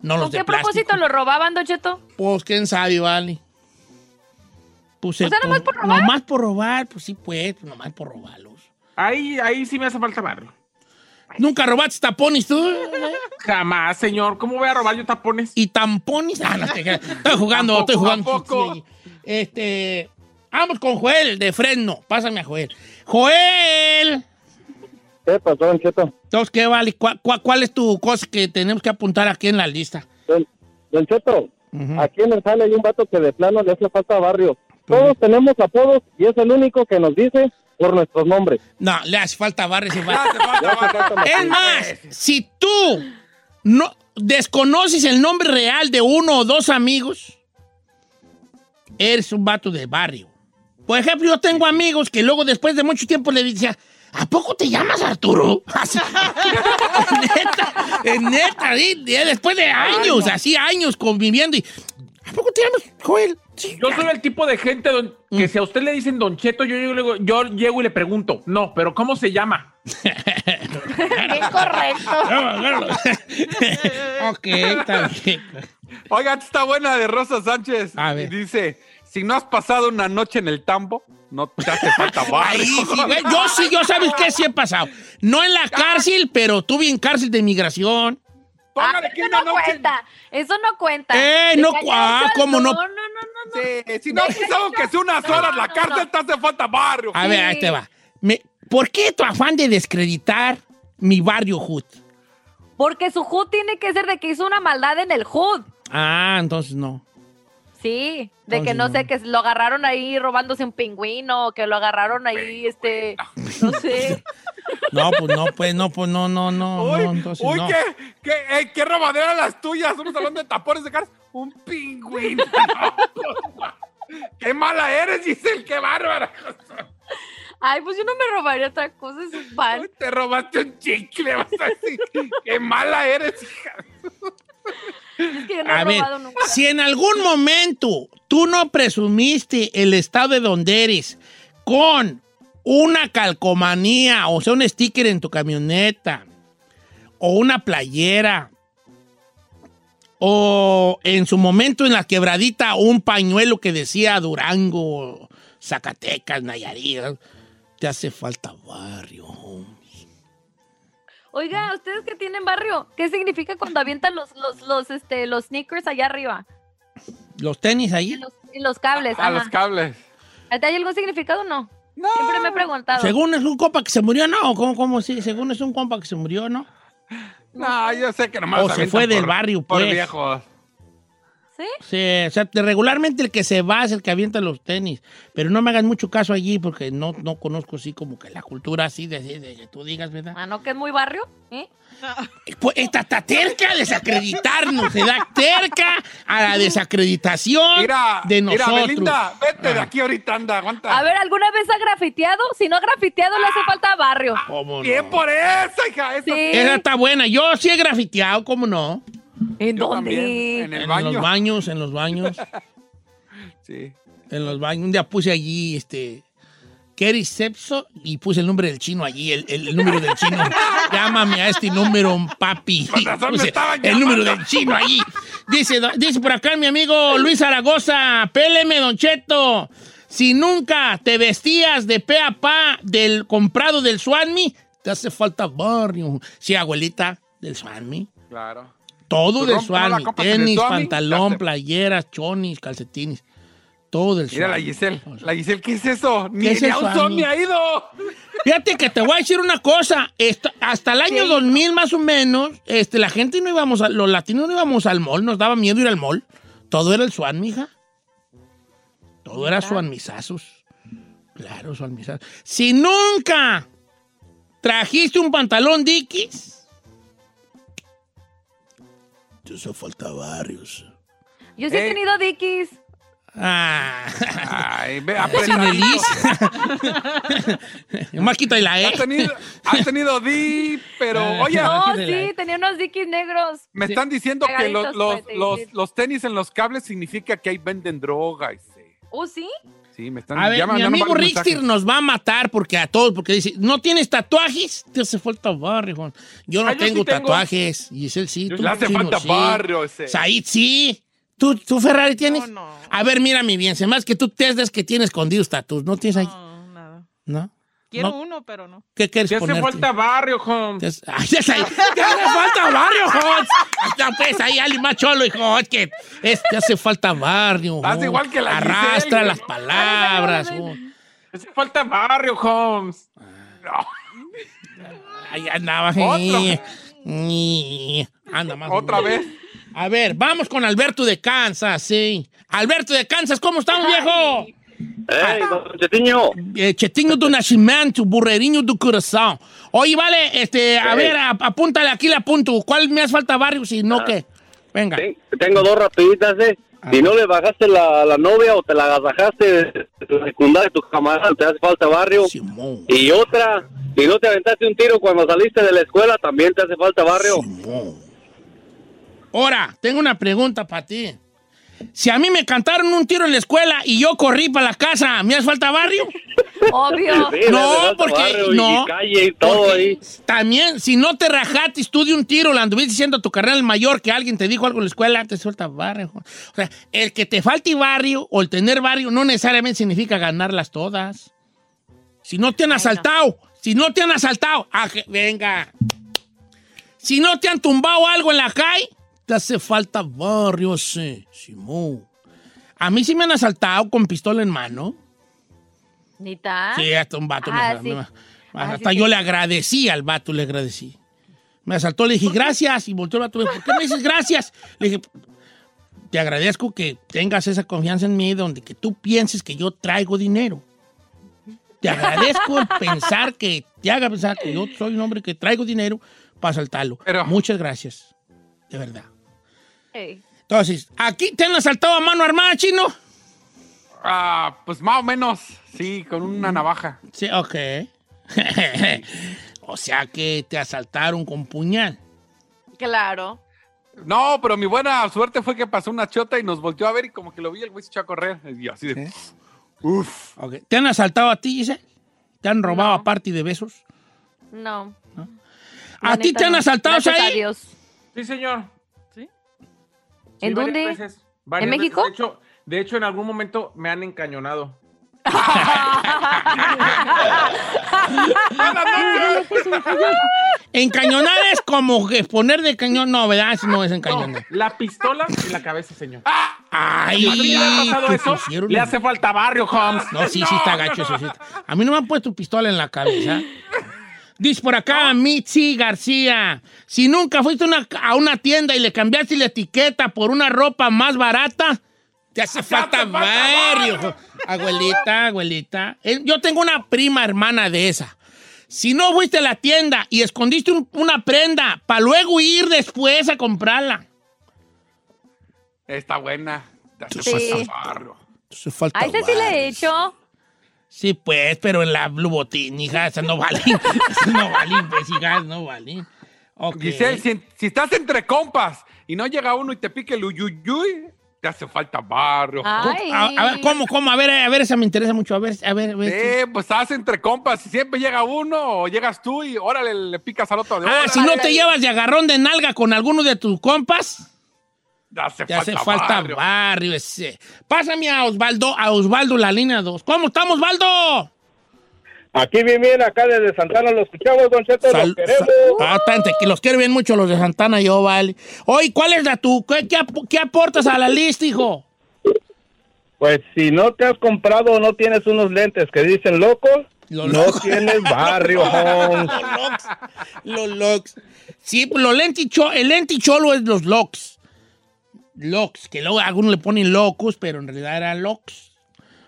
Speaker 2: No los
Speaker 3: ¿Con
Speaker 2: de
Speaker 3: qué
Speaker 2: plástico.
Speaker 3: propósito lo robaban, Don Cheto?
Speaker 2: Pues quién sabe, vale. Pues,
Speaker 3: O
Speaker 2: eh,
Speaker 3: sea, nomás
Speaker 2: pues,
Speaker 3: por robar.
Speaker 2: Nomás por robar, pues sí, pues, pues, nomás por robarlos.
Speaker 6: Ahí, ahí sí me hace falta barrio.
Speaker 2: Nunca robaste tapones tú.
Speaker 6: Jamás, Ah, señor. ¿Cómo voy a robar yo tapones?
Speaker 2: Y tampones. Ah, no, te creas.
Speaker 6: [LAUGHS]
Speaker 2: estoy jugando,
Speaker 4: Tampoco,
Speaker 2: estoy jugando.
Speaker 4: tampoco.
Speaker 2: Este. Vamos con Joel de Fresno. Pásame a Joel. ¡Joel!
Speaker 8: ¿Qué pasó, Don Cheto?
Speaker 2: Entonces, ¿qué vale? ¿Cuál, cuál, cuál es tu cosa que tenemos que apuntar aquí en la lista?
Speaker 8: Don, Don Cheto,
Speaker 2: Ujú.
Speaker 8: aquí en el sale hay un vato que de plano le hace falta barrio.
Speaker 2: Pues-
Speaker 8: Todos tenemos apodos y es el único que nos dice por nuestros nombres.
Speaker 2: No, le hace falta
Speaker 4: [LAUGHS]
Speaker 2: barrio. ese
Speaker 4: te
Speaker 2: vato.
Speaker 4: hace falta
Speaker 8: Ya se
Speaker 4: barrio.
Speaker 8: falta
Speaker 2: Es más, si tú no desconoces el nombre real de uno o dos amigos, eres un vato de barrio. Por ejemplo, yo tengo amigos que luego después de mucho tiempo le decía, ¿a poco te llamas Arturo? [LAUGHS] Así. neta, en neta, sí, de- después de años, así años conviviendo y ¿a poco te llamas Joel? Sí, Mm.
Speaker 6: Yo soy el tipo de gente don- que si a usted le dicen Don Cheto, yo llego, y le digo- yo llego y le pregunto, no, pero ¿cómo se llama?
Speaker 3: Bien
Speaker 2: [LAUGHS]
Speaker 3: correcto.
Speaker 2: ok, está bien.
Speaker 4: [LAUGHS] Oiga, esta está buena de Rosa Sánchez.
Speaker 2: A ver.
Speaker 4: Dice, si no has pasado una noche en el tambo, no te hace
Speaker 2: [LAUGHS]
Speaker 4: falta barrio.
Speaker 2: Ahí sí, güey. Yo sí, yo sabes qué sí he pasado. No en la cárcel, pero tuve en cárcel de inmigración.
Speaker 4: Póngale
Speaker 3: Ah,
Speaker 4: que
Speaker 3: eso
Speaker 4: una
Speaker 3: no
Speaker 4: noche-
Speaker 3: cuenta. Eso no cuenta.
Speaker 2: Eh,
Speaker 3: Te
Speaker 2: no
Speaker 3: cayeron
Speaker 2: cu- ah,
Speaker 3: saldo.
Speaker 2: ¿cómo no?
Speaker 3: No, no, no, no.
Speaker 4: Sí, si no has pisado que sea unas
Speaker 3: No,
Speaker 4: horas la
Speaker 3: no,
Speaker 4: cárcel,
Speaker 3: no.
Speaker 4: te hace falta barrio.
Speaker 2: A ver, ahí te va. Me- ¿Por qué tu afán de descreditar mi barrio Hood?
Speaker 3: Porque su HUD tiene que ser de que hizo una maldad en el HUD.
Speaker 2: Ah, entonces no.
Speaker 3: Sí, de
Speaker 2: Oh,
Speaker 3: que no
Speaker 2: sí.
Speaker 3: sé, que lo agarraron ahí robándose un pingüino, que lo agarraron ahí, este, no sé.
Speaker 2: No, pues no, pues no, pues no, no, no.
Speaker 4: Uy,
Speaker 2: no entonces
Speaker 4: uy,
Speaker 2: no.
Speaker 4: ququé, qué, eh, qué robadera las tuyas. Estamos hablando de tapones de caras. Un pingüino. [LAUGHS] No, pues, guau. qué mala eres, Giselle, qué bárbara.
Speaker 3: Ay, pues yo no me robaría otra cosa, es un pan.
Speaker 4: Ay, Te robaste un chicle, vas a decir. Qué mala eres, hija.
Speaker 3: Es que yo no
Speaker 2: A
Speaker 3: he
Speaker 2: ver,
Speaker 3: robado nunca.
Speaker 2: si en algún momento tú no presumiste el estado de donde eres con una calcomanía, o sea, un sticker en tu camioneta, o una playera, o en su momento en la quebradita un pañuelo que decía Durango, Zacatecas, Nayarit, te hace falta barrio, homie.
Speaker 3: Oiga, ¿ustedes que tienen barrio? ¿Qué significa cuando avientan los, los, los, este, los sneakers allá arriba?
Speaker 2: Los tenis ahí.
Speaker 3: Y los, y los cables.
Speaker 4: A
Speaker 3: ajá.
Speaker 4: Ah, los cables.
Speaker 3: ¿Hay algún significado o no? Siempre me he preguntado.
Speaker 2: Según es un compa que se murió, no, ¿cómo, cómo sí? Según es un compa que se murió, ¿no?
Speaker 4: No, yo sé que nomás.
Speaker 2: O se
Speaker 4: avientan
Speaker 2: fue del
Speaker 4: por-
Speaker 2: barrio,
Speaker 4: Por
Speaker 2: pues.
Speaker 4: viejos.
Speaker 3: ¿Sí?
Speaker 2: Sí, o sea, te- regularmente el que se va es el que avienta los tenis. Pero no me hagas mucho caso allí porque no, no conozco así como que la cultura así de, de- de que tú digas, ¿verdad?
Speaker 3: Ah, no, que es muy barrio. ¿eh?
Speaker 2: Pues está, está terca a desacreditarnos, se da terca a la desacreditación
Speaker 4: Mira,
Speaker 2: de
Speaker 4: mira,
Speaker 2: nosotros.
Speaker 4: Belinda, vete de
Speaker 2: Ah.
Speaker 4: aquí ahorita, anda, aguanta.
Speaker 3: A ver, ¿alguna vez ha grafiteado? Si no ha grafiteado, le hace falta barrio.
Speaker 2: ¿Cómo no?
Speaker 4: Bien por eso, Ah, hija. Eso.
Speaker 3: Sí.
Speaker 2: Esa está buena. Yo sí he grafiteado, ¿cómo no?
Speaker 3: ¿En
Speaker 4: Yo
Speaker 3: dónde?
Speaker 4: también, en el
Speaker 2: en
Speaker 4: baño.
Speaker 2: los baños, en los baños.
Speaker 4: [LAUGHS] Sí.
Speaker 2: En los baños. Un día puse allí, este. Kerry Sepso y puse el nombre del chino allí, el, el- el número del
Speaker 4: [LAUGHS]
Speaker 2: chino. Llámame a este número, papi.
Speaker 4: Con razón me
Speaker 2: Puse
Speaker 4: estaban
Speaker 2: el número
Speaker 4: llamando.
Speaker 2: del chino allí. Dice, dice por acá mi amigo Luis Zaragoza, péleme, Don Cheto. Si nunca te vestías de pe a pa del comprado del Swanmi, te hace falta barrio. Sí, abuelita del Swanmi.
Speaker 4: Claro.
Speaker 2: Todo
Speaker 4: Tu
Speaker 2: del
Speaker 4: rompa, no la
Speaker 2: Suami.
Speaker 4: compras en el
Speaker 2: Tenis,
Speaker 4: Suami,
Speaker 2: pantalón,
Speaker 4: ya se-
Speaker 2: playeras, chonis, calcetines. Todo del
Speaker 4: Mira la
Speaker 2: Suami.
Speaker 4: Giselle. La Giselle, ¿qué es eso? Ni,
Speaker 2: ¿Qué es
Speaker 4: ni
Speaker 2: eso,
Speaker 4: a un
Speaker 2: Ani?
Speaker 4: zombie ha ido.
Speaker 2: Fíjate que te voy a decir una cosa. Esto- hasta el año 2000 más o menos, este, la gente no íbamos, a, los latinos no íbamos al mall, nos daba miedo ir al mall. Todo era el Suami, hija. Todo era Suanmisazos. Claro, Suanmisazos. Si nunca trajiste un pantalón Dickies, te hizo falta varios.
Speaker 3: Yo sí he
Speaker 4: Eh.
Speaker 3: tenido dickies.
Speaker 2: Ah.
Speaker 4: Ay, ve,
Speaker 2: Sin
Speaker 4: aprenda.
Speaker 2: el
Speaker 4: [LAUGHS]
Speaker 2: is. Nomás quita y la E.
Speaker 4: Has tenido, has tenido di, pero
Speaker 2: Eh,
Speaker 4: oye,
Speaker 2: no.
Speaker 3: Oh,
Speaker 2: sí, de la-
Speaker 3: sí, tenía unos dickies negros.
Speaker 4: me están diciendo que los,
Speaker 3: Pegaditos,
Speaker 4: los-
Speaker 3: pues,
Speaker 4: los-
Speaker 3: sí.
Speaker 4: los tenis en los cables significa que ahí venden droga. y sí.
Speaker 3: ¿Oh, sí?
Speaker 4: Sí, me están
Speaker 2: A ver,
Speaker 4: llaman,
Speaker 2: mi
Speaker 4: ya no
Speaker 2: amigo
Speaker 4: valen
Speaker 2: Richter
Speaker 4: mensajes.
Speaker 2: nos va a matar porque a todos, porque dice, ¿no tienes tatuajes? Te hace falta barrio, Juan. Yo no
Speaker 6: Ah, yo sí
Speaker 2: tengo
Speaker 6: tengo.
Speaker 2: tatuajes. Giselle sí.
Speaker 4: Yo-
Speaker 2: tú,
Speaker 4: Le hace
Speaker 2: Chino,
Speaker 4: falta
Speaker 2: sí.
Speaker 4: barrio ese.
Speaker 2: Said sí. ¿Tú, tú, Ferrari tienes?
Speaker 5: No, no.
Speaker 2: A ver, mira mi bien, se más que tú te das que tienes escondidos tatuajes. ¿No tienes ahí?
Speaker 5: No, nada.
Speaker 2: ¿No?
Speaker 5: Quiero
Speaker 2: No.
Speaker 5: uno, pero no.
Speaker 2: ¿Qué quieres
Speaker 6: Te hace
Speaker 2: ponerte?
Speaker 6: falta barrio, Holmes.
Speaker 2: Te hace- Ay, [LAUGHS] ya sé. Te hace falta barrio, Hot. Está pues ahí, Ali Macholo, hijo. es que es- te hace falta barrio.
Speaker 4: Haz
Speaker 2: Hot.
Speaker 4: igual que la
Speaker 2: Arrastra
Speaker 4: Giselle,
Speaker 2: las
Speaker 4: ¿no?
Speaker 2: palabras.
Speaker 3: Ay, ay, ay, ay.
Speaker 2: Hot.
Speaker 6: Te hace falta barrio, Holmes.
Speaker 2: Ahí andaba.
Speaker 4: Otro.
Speaker 2: Ni- Anda más.
Speaker 4: Otra vez.
Speaker 2: A ver, vamos con Alberto de Kansas, sí. Alberto de Kansas, ¿cómo estamos, viejo?
Speaker 8: ¡Ey, don Chetiño!
Speaker 2: Eh, Chetinho do Nascimento, burrerinho do coração. Oye, vale, este, a
Speaker 8: Ey.
Speaker 2: ver, a- apúntale aquí la punto. ¿Cuál me hace falta barrio? Si
Speaker 8: Ah.
Speaker 2: no, ¿qué? Venga.
Speaker 8: Ten- tengo dos rapiditas, ¿eh? Si no le bajaste la, la novia o te la agasajaste en la secundaria de tu camarada, te hace falta barrio.
Speaker 2: Simón.
Speaker 8: Y otra, si no te aventaste un tiro cuando saliste de la escuela, también te hace falta barrio.
Speaker 2: Simón. Ahora, tengo una pregunta para ti. Si a mí me cantaron un tiro en la escuela y yo corrí para la casa, ¿me hace falta barrio?
Speaker 3: Obvio.
Speaker 8: Sí, le
Speaker 2: No,
Speaker 8: hace falta
Speaker 2: porque-
Speaker 8: barrio y-
Speaker 2: no.
Speaker 8: Y calle y todo
Speaker 2: Porque
Speaker 8: ahí.
Speaker 2: También, si no te rajaste, tú de un tiro, le anduviste diciendo a tu carnal mayor que alguien te dijo algo en la escuela, te suelta barrio. O sea, el que te falte barrio o el tener barrio no necesariamente significa ganarlas todas. Si no te han asaltado, si no te han asaltado, ah, que- venga. Si no te han tumbado algo en la calle, te hace falta barrio, sí, Simón. A mí sí me han asaltado con pistola en mano.
Speaker 3: Ni tan.
Speaker 2: Sí, hasta un vato. me-
Speaker 3: Ah,
Speaker 2: me-
Speaker 3: sí.
Speaker 2: me-
Speaker 3: Ah,
Speaker 2: hasta
Speaker 3: sí,
Speaker 2: yo
Speaker 3: sí.
Speaker 2: le agradecí al vato, le agradecí. Me asaltó, le dije, gracias. Y volteó el vato, me dijo, ¿por qué me dices gracias? Le dije, te agradezco que tengas esa confianza en mí, donde que tú pienses que yo traigo dinero. Te agradezco el pensar que, te haga pensar que yo soy un hombre que traigo dinero para asaltarlo.
Speaker 4: Pero-
Speaker 2: Muchas gracias, de verdad.
Speaker 3: Ey.
Speaker 2: Entonces, ¿aquí te han asaltado a mano armada, chino?
Speaker 4: Ah, pues más o menos, sí, con una navaja.
Speaker 2: Mm. Sí, ok. [LAUGHS] o sea que te asaltaron con puñal.
Speaker 3: Claro.
Speaker 4: No, pero mi buena suerte fue que pasó una chota y nos volteó a ver y como que lo vi, el güey se echó a correr. Y yo así de, uf.
Speaker 2: Ok. ¿Te han asaltado a ti, Giselle? ¿Te han robado
Speaker 3: No.
Speaker 2: aparte de besos?
Speaker 3: No.
Speaker 2: ¿A
Speaker 3: La
Speaker 2: ti
Speaker 3: neta,
Speaker 2: te han
Speaker 3: no.
Speaker 2: asaltado,
Speaker 3: Gracias a
Speaker 2: Shai?
Speaker 3: Dios.
Speaker 6: Sí, señor. Sí,
Speaker 3: ¿En
Speaker 6: varias
Speaker 3: dónde?
Speaker 6: veces, varias
Speaker 3: ¿En
Speaker 6: veces.
Speaker 3: México?
Speaker 6: De hecho, de hecho, en algún momento me han encañonado.
Speaker 4: Ah,
Speaker 2: [LAUGHS] Encañonar es como que poner de cañón. No, ¿verdad? Eso no es
Speaker 6: No,
Speaker 2: encañonar.
Speaker 6: la pistola en la cabeza, señor.
Speaker 2: Ay,
Speaker 6: Si a usted le ha pasado
Speaker 2: te
Speaker 6: eso,
Speaker 2: pusieron-
Speaker 6: le hace falta barrio, Holmes.
Speaker 2: No, sí, sí está gacho eso. sí está- A mí no me han puesto pistola en la cabeza. Dice por acá, Mitzi García. Si nunca fuiste una- a una tienda y le cambiaste la etiqueta por una ropa más barata, te
Speaker 6: Ah,
Speaker 2: hace falta barrio. Abuelita, abuelita. Eh, Yo tengo una prima hermana de esa. Si no fuiste a la tienda y escondiste un- una prenda para luego ir después a comprarla.
Speaker 4: Está buena. Te hace
Speaker 3: Sí.
Speaker 4: falta barro.
Speaker 2: Te hace falta
Speaker 3: A ese sí le
Speaker 2: barrio.
Speaker 3: he hecho.
Speaker 2: Sí, pues, pero en la Blue Botín, hija, esa no vale. Esa no vale, investigar, no vale. Ok.
Speaker 4: Giselle, si, si estás entre compas y no llega uno y te pique el uyuyuy, te hace falta barrio.
Speaker 3: Ay.
Speaker 2: A, a ver, ¿cómo, cómo? A ver, a ver, esa me interesa mucho. A ver, a ver. A ver.
Speaker 4: Sí, pues estás entre compas y siempre llega uno o llegas tú y órale, le picas al otro. De,
Speaker 2: Ah,
Speaker 4: órale,
Speaker 2: si no te llevas de agarrón de nalga con alguno de tus compas,
Speaker 4: te hace
Speaker 2: te
Speaker 4: falta,
Speaker 2: hace falta barrio.
Speaker 4: barrio.
Speaker 2: ese. Pásame a Osvaldo, a Osvaldo la línea 2. ¿Cómo estamos, Osvaldo?
Speaker 8: Aquí bien, bien, acá desde Santana lo escuchamos, Don Cheto, lo
Speaker 2: Sal-
Speaker 8: queremos.
Speaker 2: sa- Ah, espérate, que los quiero bien mucho los de Santana, yo, vale. Oye, ¿cuál es la tu? ¿Qué, qué ap- qué aportas a la lista, hijo?
Speaker 8: Pues si no te has comprado o no tienes unos lentes que dicen loco,
Speaker 2: Lo
Speaker 8: no [LAUGHS]
Speaker 2: loco.
Speaker 8: tienes
Speaker 2: [LAUGHS]
Speaker 8: barrio, Holmes.
Speaker 2: Los locks. Los locks. Sí, pues, los lenti cho- el lenti cholo es los locks. Locks, que luego a algunos le ponen locos, pero en realidad eran locks.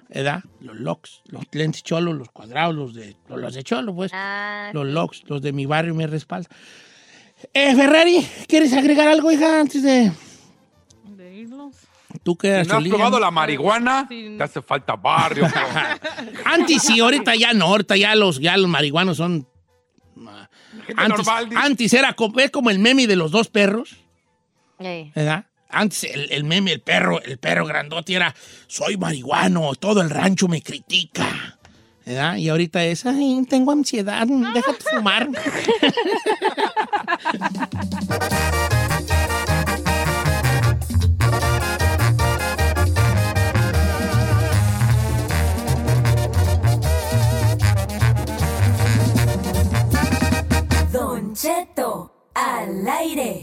Speaker 2: ¿Verdad? Los locks. Los lenti cholos, los cuadrados, los de, los de cholo, pues.
Speaker 3: Ah,
Speaker 2: Los locks, los de mi barrio me respalda. Eh, Ferrari, ¿quieres agregar algo, hija, antes de...?
Speaker 5: ¿De irnos?
Speaker 2: Tú que eras
Speaker 4: Si no has
Speaker 2: cholilla,
Speaker 4: probado
Speaker 2: ¿no?
Speaker 4: la marihuana,
Speaker 5: Sí.
Speaker 4: te hace falta
Speaker 2: [LAUGHS]
Speaker 4: barrio. cabrón.
Speaker 2: Antes sí, ahorita ya no, ahorita ya los, ya los marihuanos son... ah,
Speaker 4: Gente
Speaker 2: Antes,
Speaker 4: normal, dice.
Speaker 2: antes era como, es como el meme de los dos perros.
Speaker 3: eh.
Speaker 2: ¿verdad? Antes el, el meme, el perro, el perro grandote era soy marihuano, todo el rancho me critica. ¿verdad? Y ahorita es, ay, tengo ansiedad, déjate
Speaker 4: [LAUGHS]
Speaker 2: fumar.
Speaker 7: Don Cheto, al aire.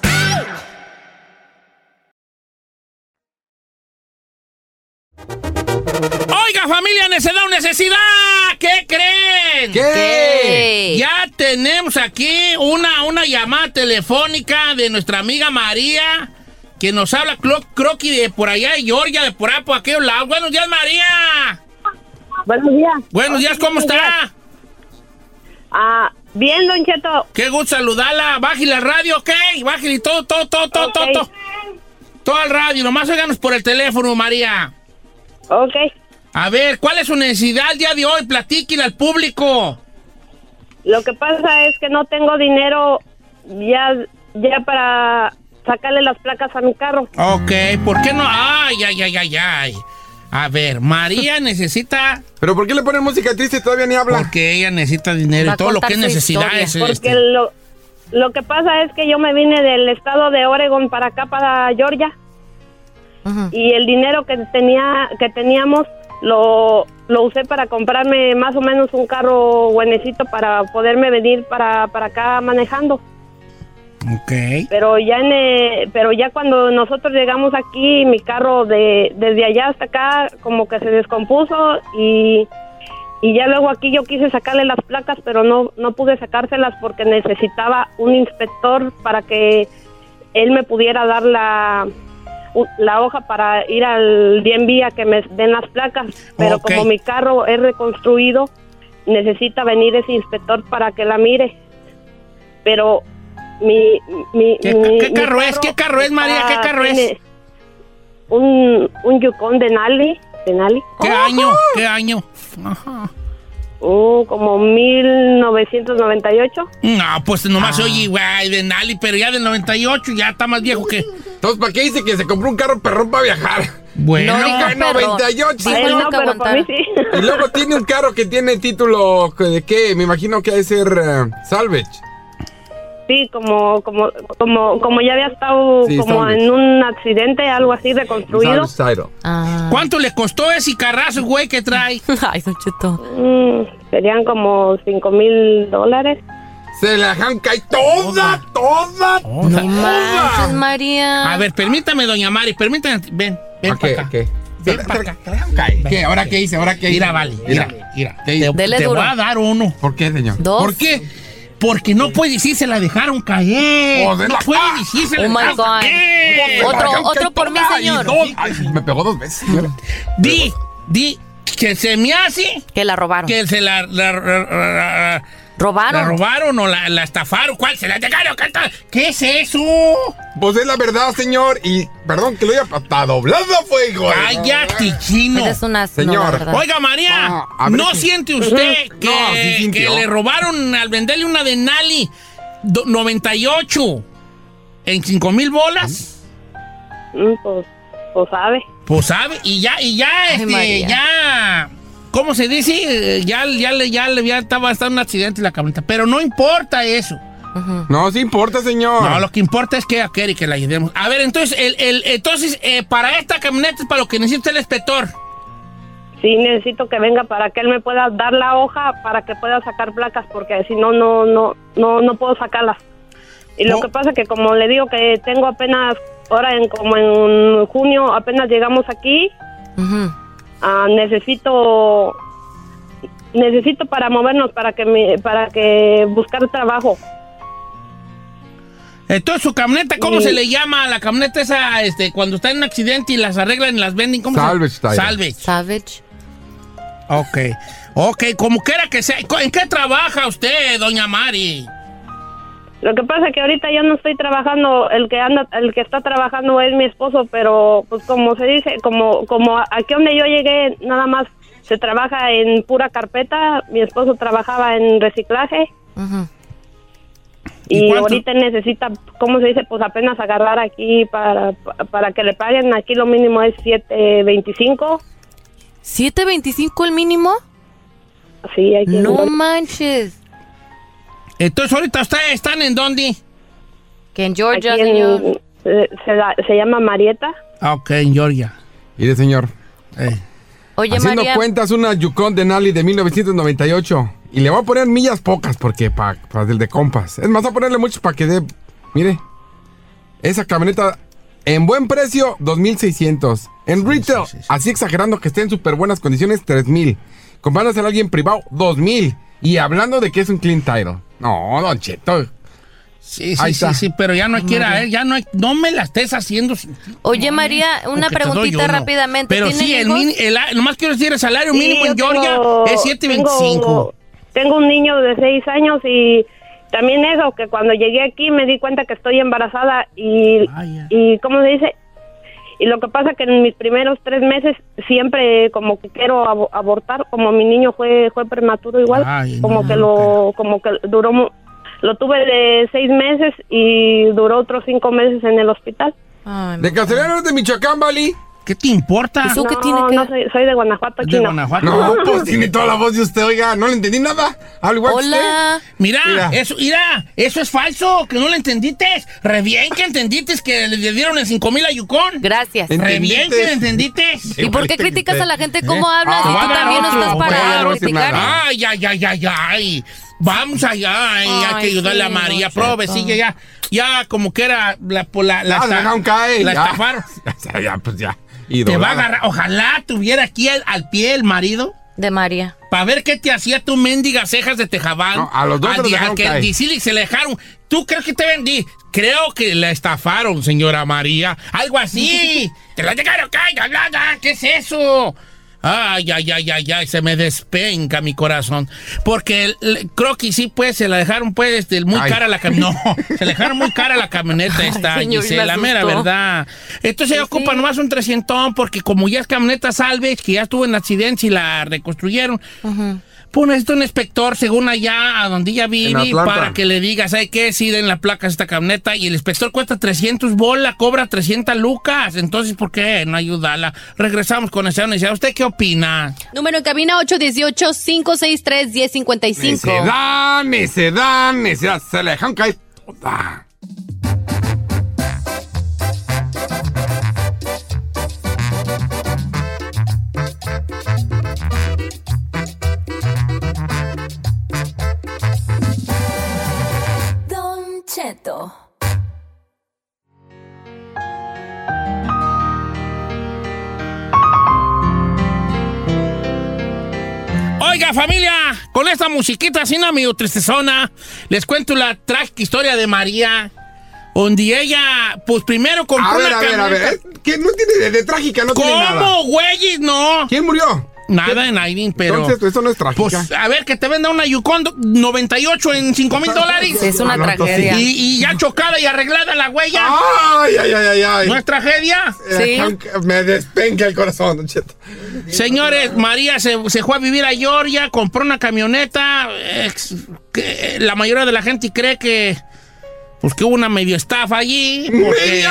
Speaker 2: Oiga, familia, necesidad, necesidad, ¿qué creen? Ya tenemos aquí una, una llamada telefónica de nuestra amiga María, que nos habla cro croqui de por allá de Georgia, de por allá, por aquellos lados. Buenos días, María.
Speaker 9: Buenos días.
Speaker 2: Buenos días, ¿cómo está?
Speaker 9: Ah, bien, Don Cheto.
Speaker 2: Qué gusto saludarla. Baje la radio, ¿ok? Bájale todo, todo, todo, todo, todo, todo. Todo al radio. Nomás óiganos por el teléfono, María.
Speaker 9: Ok.
Speaker 2: A ver, ¿cuál es su necesidad el día de hoy? Platíquenle al público.
Speaker 9: Lo que pasa es que no tengo dinero ya, ya para
Speaker 10: sacarle las placas a mi carro.
Speaker 2: Ok, Eh, ¿por qué no? Ay, ay, ay, ay, ay. A ver, María necesita.
Speaker 11: ¿Pero por qué le ponen música triste y todavía ni habla?
Speaker 2: Porque ella necesita dinero
Speaker 10: Va
Speaker 2: y
Speaker 10: a
Speaker 2: todo lo
Speaker 10: contar
Speaker 2: que es
Speaker 10: su
Speaker 2: necesidades.
Speaker 10: historia.
Speaker 2: este.
Speaker 10: Porque lo, lo que pasa es que yo me vine del estado de Oregon para acá, para Georgia. Y el dinero que tenía que teníamos lo, lo usé para comprarme más o menos un carro buenecito para poderme venir para, para acá manejando.
Speaker 2: Ok.
Speaker 10: Pero ya en, eh, pero ya cuando nosotros llegamos aquí, mi carro de desde allá hasta acá como que se descompuso y, y ya luego aquí yo quise sacarle las placas, pero no no pude sacárselas porque necesitaba un inspector para que él me pudiera dar la u- la hoja para ir al DMV a que me den las placas, pero
Speaker 2: Ok.
Speaker 10: como mi carro es reconstruido, necesita venir ese inspector para que la mire. Pero mi, mi,
Speaker 2: ¿Qué,
Speaker 10: mi-
Speaker 2: qué
Speaker 10: mi
Speaker 2: carro es? ¿Qué carro es, María? ¿Qué
Speaker 10: está-
Speaker 2: carro es?
Speaker 10: tiene Un, un Yukon de Nali. De Nali.
Speaker 2: ¿Qué año? ¿Qué año? Ajá.
Speaker 10: Uh, como 1998.
Speaker 2: No, pues nomás se oye, güey, de Nali, pero ya del 98 ya está más viejo que. Entonces, ¿para qué dice que se compró un carro perrón para viajar? Bueno,
Speaker 11: No dijo perrón. 98. Dijo
Speaker 10: Ay,
Speaker 11: algo
Speaker 10: no,
Speaker 11: que
Speaker 10: pero para mí sí. [LAUGHS]
Speaker 11: Y luego tiene un carro que tiene título de qué? Me imagino que ha de ser eh, salvage.
Speaker 10: Sí, como, como, como, como ya había estado
Speaker 11: Sí,
Speaker 10: como
Speaker 11: está bien.
Speaker 10: en un accidente, algo así reconstruido.
Speaker 11: Salvage title.
Speaker 2: ¿Cuánto le costó ese carrazo, güey, que trae?
Speaker 10: Ay, Don Mm, serían como 5 mil dólares.
Speaker 11: Se la dejan caer toda, toda,
Speaker 2: No
Speaker 11: manches,
Speaker 2: María. A ver, permítame, doña Mari, permítame. Ven, ven para acá. Ven para acá.
Speaker 11: ¿Qué? ¿Ahora qué hice? ¿Ahora qué hice?
Speaker 2: Mira, vale, mira, mira. Te,
Speaker 11: Dele
Speaker 2: te
Speaker 11: duro.
Speaker 2: voy a dar uno.
Speaker 11: ¿Por qué, señor?
Speaker 2: ¿Por qué? Porque no puede decir se la dejaron caer.
Speaker 11: Joder,
Speaker 2: no
Speaker 11: la-
Speaker 2: puede decir se la
Speaker 11: Oh, my
Speaker 2: dejaron
Speaker 11: God.
Speaker 2: caer.
Speaker 11: Otro- otro por mí,
Speaker 2: Ay,
Speaker 11: señor.
Speaker 2: no.
Speaker 11: Ay, me pegó dos veces, señora.
Speaker 2: Di, di, que se me hace. Que la robaron. Que se la. la- la- la- la-
Speaker 12: Robaron.
Speaker 2: La robaron o la, la estafaron. ¿Cuál se la dejaron? ¿Qué tal? ¿Qué es eso?
Speaker 11: Pues es la verdad, señor. Y perdón que lo haya hasta doblado pues, a fuego.
Speaker 2: Cállate, chino.
Speaker 11: Eres un asno, Señor. la verdad.
Speaker 2: Oiga, María,
Speaker 11: No,
Speaker 2: ¿no,
Speaker 11: a ver si-
Speaker 2: siente usted
Speaker 11: Ujú.
Speaker 2: que,
Speaker 11: [LAUGHS] No, sí sintió.
Speaker 2: que le robaron al venderle una de Nali do- 98 en 5 mil bolas?
Speaker 10: Mm, pues, pues sabe.
Speaker 2: Pues sabe, y ya, y ya, este,
Speaker 10: María.
Speaker 2: ya. ¿Cómo se dice? Eh, Ya, ya, le- ya, le- ya estaba hasta un accidente la camioneta. Pero no importa eso.
Speaker 11: No, sí importa, señor.
Speaker 2: No, lo que importa es que a Kerry que la ayudemos. A ver, entonces, el, el- entonces eh, para esta camioneta es para lo que necesita el inspector.
Speaker 10: Sí, necesito que venga para que él me pueda dar la hoja para que pueda sacar placas porque si no no no no no puedo sacarlas. Y lo que pasa que como le digo que tengo apenas ahora en como en junio apenas llegamos aquí, ah, necesito necesito para movernos para que me, para que buscar trabajo.
Speaker 2: Entonces, su camioneta, ¿cómo
Speaker 10: Sí.
Speaker 11: Oh.
Speaker 2: se le llama a la camioneta esa este, cuando está en un accidente y las arreglan y las venden? ¿Cómo se-
Speaker 11: Salvage, Tyler.
Speaker 2: Salvage. Salvage. Ok. Ok, como quiera que sea. ¿En qué trabaja usted, doña Mari?
Speaker 10: Lo que pasa que ahorita yo no estoy trabajando, el que anda, el que está trabajando es mi esposo, pero pues como se dice, como como aquí donde yo llegué nada más se trabaja en pura carpeta, mi esposo trabajaba en reciclaje y, ahorita necesita, ¿cómo se dice? Pues apenas agarrar aquí para para que le paguen, aquí lo mínimo es 725.
Speaker 12: 7.25 el mínimo.
Speaker 10: Sí, hay que
Speaker 12: No
Speaker 10: andar.
Speaker 12: manches.
Speaker 2: Entonces, ahorita ustedes están en dónde?
Speaker 12: Que en Georgia,
Speaker 10: Aquí en-
Speaker 12: señor.
Speaker 10: eh, se, da- se llama Marieta.
Speaker 2: Ah, ok, en Georgia. Eh.
Speaker 11: Mire, señor.
Speaker 12: Oye,
Speaker 11: Haciendo
Speaker 12: María.
Speaker 11: cuentas, una Yukon de Nali de 1998. Y le voy a poner millas pocas porque para el de compas. Es más, voy a ponerle muchos para que dé. Mire, esa camioneta en buen precio, 2600. En retail, así exagerando que esté en súper buenas condiciones, 3000. Comprándose a alguien privado, 2000. Y hablando de que es un clean title. No, don Cheto.
Speaker 2: Sí, sí, sí, sí, pero ya no hay que ir a él, ya no hay- no me la estés haciendo. sin-
Speaker 12: Oye, María, una
Speaker 2: Porque te doy
Speaker 12: preguntita
Speaker 2: uno.
Speaker 12: rápidamente.
Speaker 2: Pero
Speaker 12: ¿Tienen
Speaker 2: sí, el,
Speaker 12: hijos?
Speaker 2: mini- el, a- nomás quiero decir, el salario
Speaker 10: Sí,
Speaker 2: mínimo
Speaker 10: yo
Speaker 2: en Georgia
Speaker 10: tengo-
Speaker 2: es 7.25.
Speaker 10: tengo- Tengo un niño de 6 años y también eso, que cuando llegué aquí me di cuenta que estoy embarazada y, y ¿cómo se dice? Y lo que pasa que en mis primeros tres meses siempre como que quiero abo- abortar, como mi niño fue fue prematuro igual,
Speaker 2: Ay,
Speaker 10: como
Speaker 2: no,
Speaker 10: que lo, como que duró, mu- Lo tuve de seis meses y duró otros cinco meses en el hospital.
Speaker 11: ¿De Castellano eres de Michoacán, Bali?
Speaker 2: ¿Qué te importa?
Speaker 10: no, no, soy, soy de Guanajuato,
Speaker 2: De
Speaker 10: chino.
Speaker 2: Guanajuato.
Speaker 11: No,
Speaker 2: [LAUGHS]
Speaker 11: pues tiene toda la voz de usted, oiga, no le entendí nada. Al igual que usted.
Speaker 2: Mira,
Speaker 11: Mira.
Speaker 2: eso, mira, eso es falso, que no lo entendiste. Re bien que entendiste que le dieron el 5 mil a Yukon.
Speaker 12: Gracias.
Speaker 2: Re bien que lo entendiste.
Speaker 12: ¿Y por qué criticas a la
Speaker 11: ¿Eh?
Speaker 12: gente cómo habla
Speaker 11: Ah,
Speaker 2: hablas?
Speaker 12: si tú también no estás para criticar?
Speaker 2: Ay, ay, ay, ay, ay. Vamos allá, ay, hay
Speaker 12: Ay,
Speaker 2: que ayudarle
Speaker 12: sí,
Speaker 2: a María.
Speaker 12: Don Cheto.
Speaker 2: Prove, sigue ya. Ya como que era la... por la, la
Speaker 11: Ah,
Speaker 2: esta-
Speaker 11: la dejaron caer,
Speaker 2: la
Speaker 11: ya.
Speaker 2: estafaron.
Speaker 11: O sea, [LAUGHS] ya, pues ya.
Speaker 2: Te va a
Speaker 11: Idolada.
Speaker 2: agarrar. Ojalá tuviera aquí al, al pie el marido.
Speaker 12: De María.
Speaker 2: Para ver qué te hacía tu mendiga cejas de tejabán.
Speaker 11: No, a los dos se los
Speaker 2: di-
Speaker 11: dejaron
Speaker 2: que
Speaker 11: caer.
Speaker 2: di- sí, se le dejaron. ¿Tú crees que te vendí? Creo que la estafaron, señora María. Algo así. te la dejaron caer, hablada. ¿Qué es eso? Ay, ay, ay, ay, ay, se me despenca mi corazón. Porque el- el- creo que sí, pues, se la dejaron, pues, este, muy
Speaker 6: Ay.
Speaker 2: cara
Speaker 11: [LAUGHS]
Speaker 2: la camioneta. No, se le dejaron muy cara la camioneta esta,
Speaker 6: Ay, señor,
Speaker 2: Gisela,
Speaker 6: me
Speaker 2: la mera
Speaker 6: asustó.
Speaker 2: verdad. Entonces ella ocupa nomás un 300 porque como ya es camioneta salvage, que ya estuvo en accidente y la reconstruyeron, Pon esto un inspector, según allá, a donde ella vive,
Speaker 11: Atlanta.
Speaker 2: para que le digas, ¿sabes qué? Si den la placa a esta camioneta y el inspector cuesta 300 bola, cobra 300 lucas. Entonces, ¿por qué no ayudarla? Regresamos con esa necesidad. ¿Usted qué opina?
Speaker 13: Número en cabina 818-563-1055.
Speaker 11: Necedad, Ah, necedad, necedad. Se la dejaron caer toda.
Speaker 7: Don Cheto.
Speaker 2: Oiga, familia, con esta musiquita así, no, medio tristezona, les cuento la trágica historia de María, donde ella, pues primero compró
Speaker 11: A ver,
Speaker 2: una
Speaker 11: a ver, a
Speaker 2: camioneta.
Speaker 11: ver. eh, Que no tiene de, de trágica, no tiene nada.
Speaker 2: ¿Cómo, güey? No.
Speaker 11: ¿Quién murió?
Speaker 2: Nada en Irene, pero...
Speaker 11: Entonces, eso no es trágica.
Speaker 2: Pues a ver, que te venda una Yukon do- 98 en 5 mil dólares.
Speaker 12: Es una
Speaker 2: Ah, no, entonces
Speaker 12: tragedia.
Speaker 2: sí. Y, y ya chocada y arreglada la huella.
Speaker 11: Ay, ay, ay, ay, ay.
Speaker 2: ¿No es tragedia?
Speaker 11: Eh, aunque Me despenca el corazón, Don Cheto.
Speaker 2: Señores, María se, se fue a vivir a Georgia, compró una camioneta. ex- que, eh, la mayoría de la gente cree que, pues, que hubo una medio estafa allí. Porque